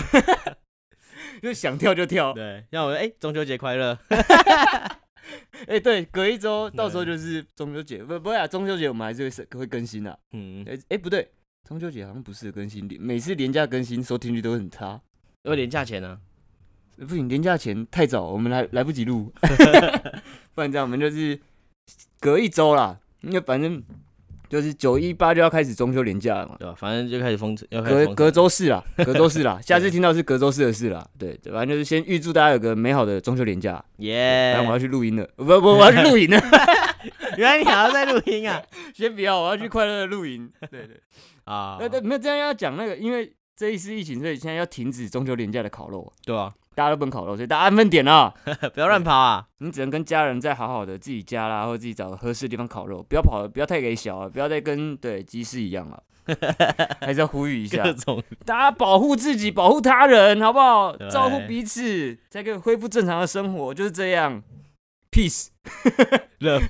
Speaker 1: 就想跳就跳。
Speaker 2: 对，让我哎、中秋节快乐。
Speaker 1: <laughs> 哎、对，隔一周，到时候就是中秋节，不不会啊，中秋节我们还是会是会更新的、啊。
Speaker 2: 嗯
Speaker 1: 哎、，哎、不对，中秋节好像不是更新，每次廉价更新收听率都很差。
Speaker 2: 有点价钱啊呢、
Speaker 1: 不行，廉价前太早，我们来来不及录， <laughs> 不然这样我们就是隔一周啦，因为反正就是九一八就要开始中秋廉价了嘛。
Speaker 2: 对吧？反正就开始封城，要开始
Speaker 1: 隔
Speaker 2: 封
Speaker 1: 隔
Speaker 2: 城。
Speaker 1: 周四啦，隔周四
Speaker 2: <laughs>
Speaker 1: 啦，下次听到是隔周四的事啦。对，对反正就是先预祝大家有个美好的中秋连假。
Speaker 2: 耶
Speaker 1: 反正我要去录音了，不不，我要去露营
Speaker 2: <laughs>
Speaker 1: 了。
Speaker 2: 原来你还要在录音
Speaker 1: <laughs>
Speaker 2: 啊！
Speaker 1: 先不要，我要去快乐的露营。对对，
Speaker 2: 啊，
Speaker 1: 那那没有这样要讲那个，因为这一次疫情，所以现在要停止中秋连假的烤肉，
Speaker 2: 对啊，
Speaker 1: 大家都不能烤肉，所以大家安分点啦。
Speaker 2: 不要乱跑啊！
Speaker 1: <laughs> 你只能跟家人再好好的自己家啦，或者自己找个合适的地方烤肉，不要跑，不要太给小啊，不要再跟对鸡翅一样了。 <laughs> 还是要呼吁一下
Speaker 2: 各，种
Speaker 1: 大家保护自己，保护他人，好不好？
Speaker 2: 对
Speaker 1: 照顾彼此，才可以恢复正常的生活，就是这样。Peace,
Speaker 2: 热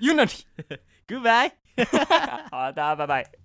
Speaker 1: unity。
Speaker 2: ，Goodbye。
Speaker 1: <laughs> 好了，大家拜拜。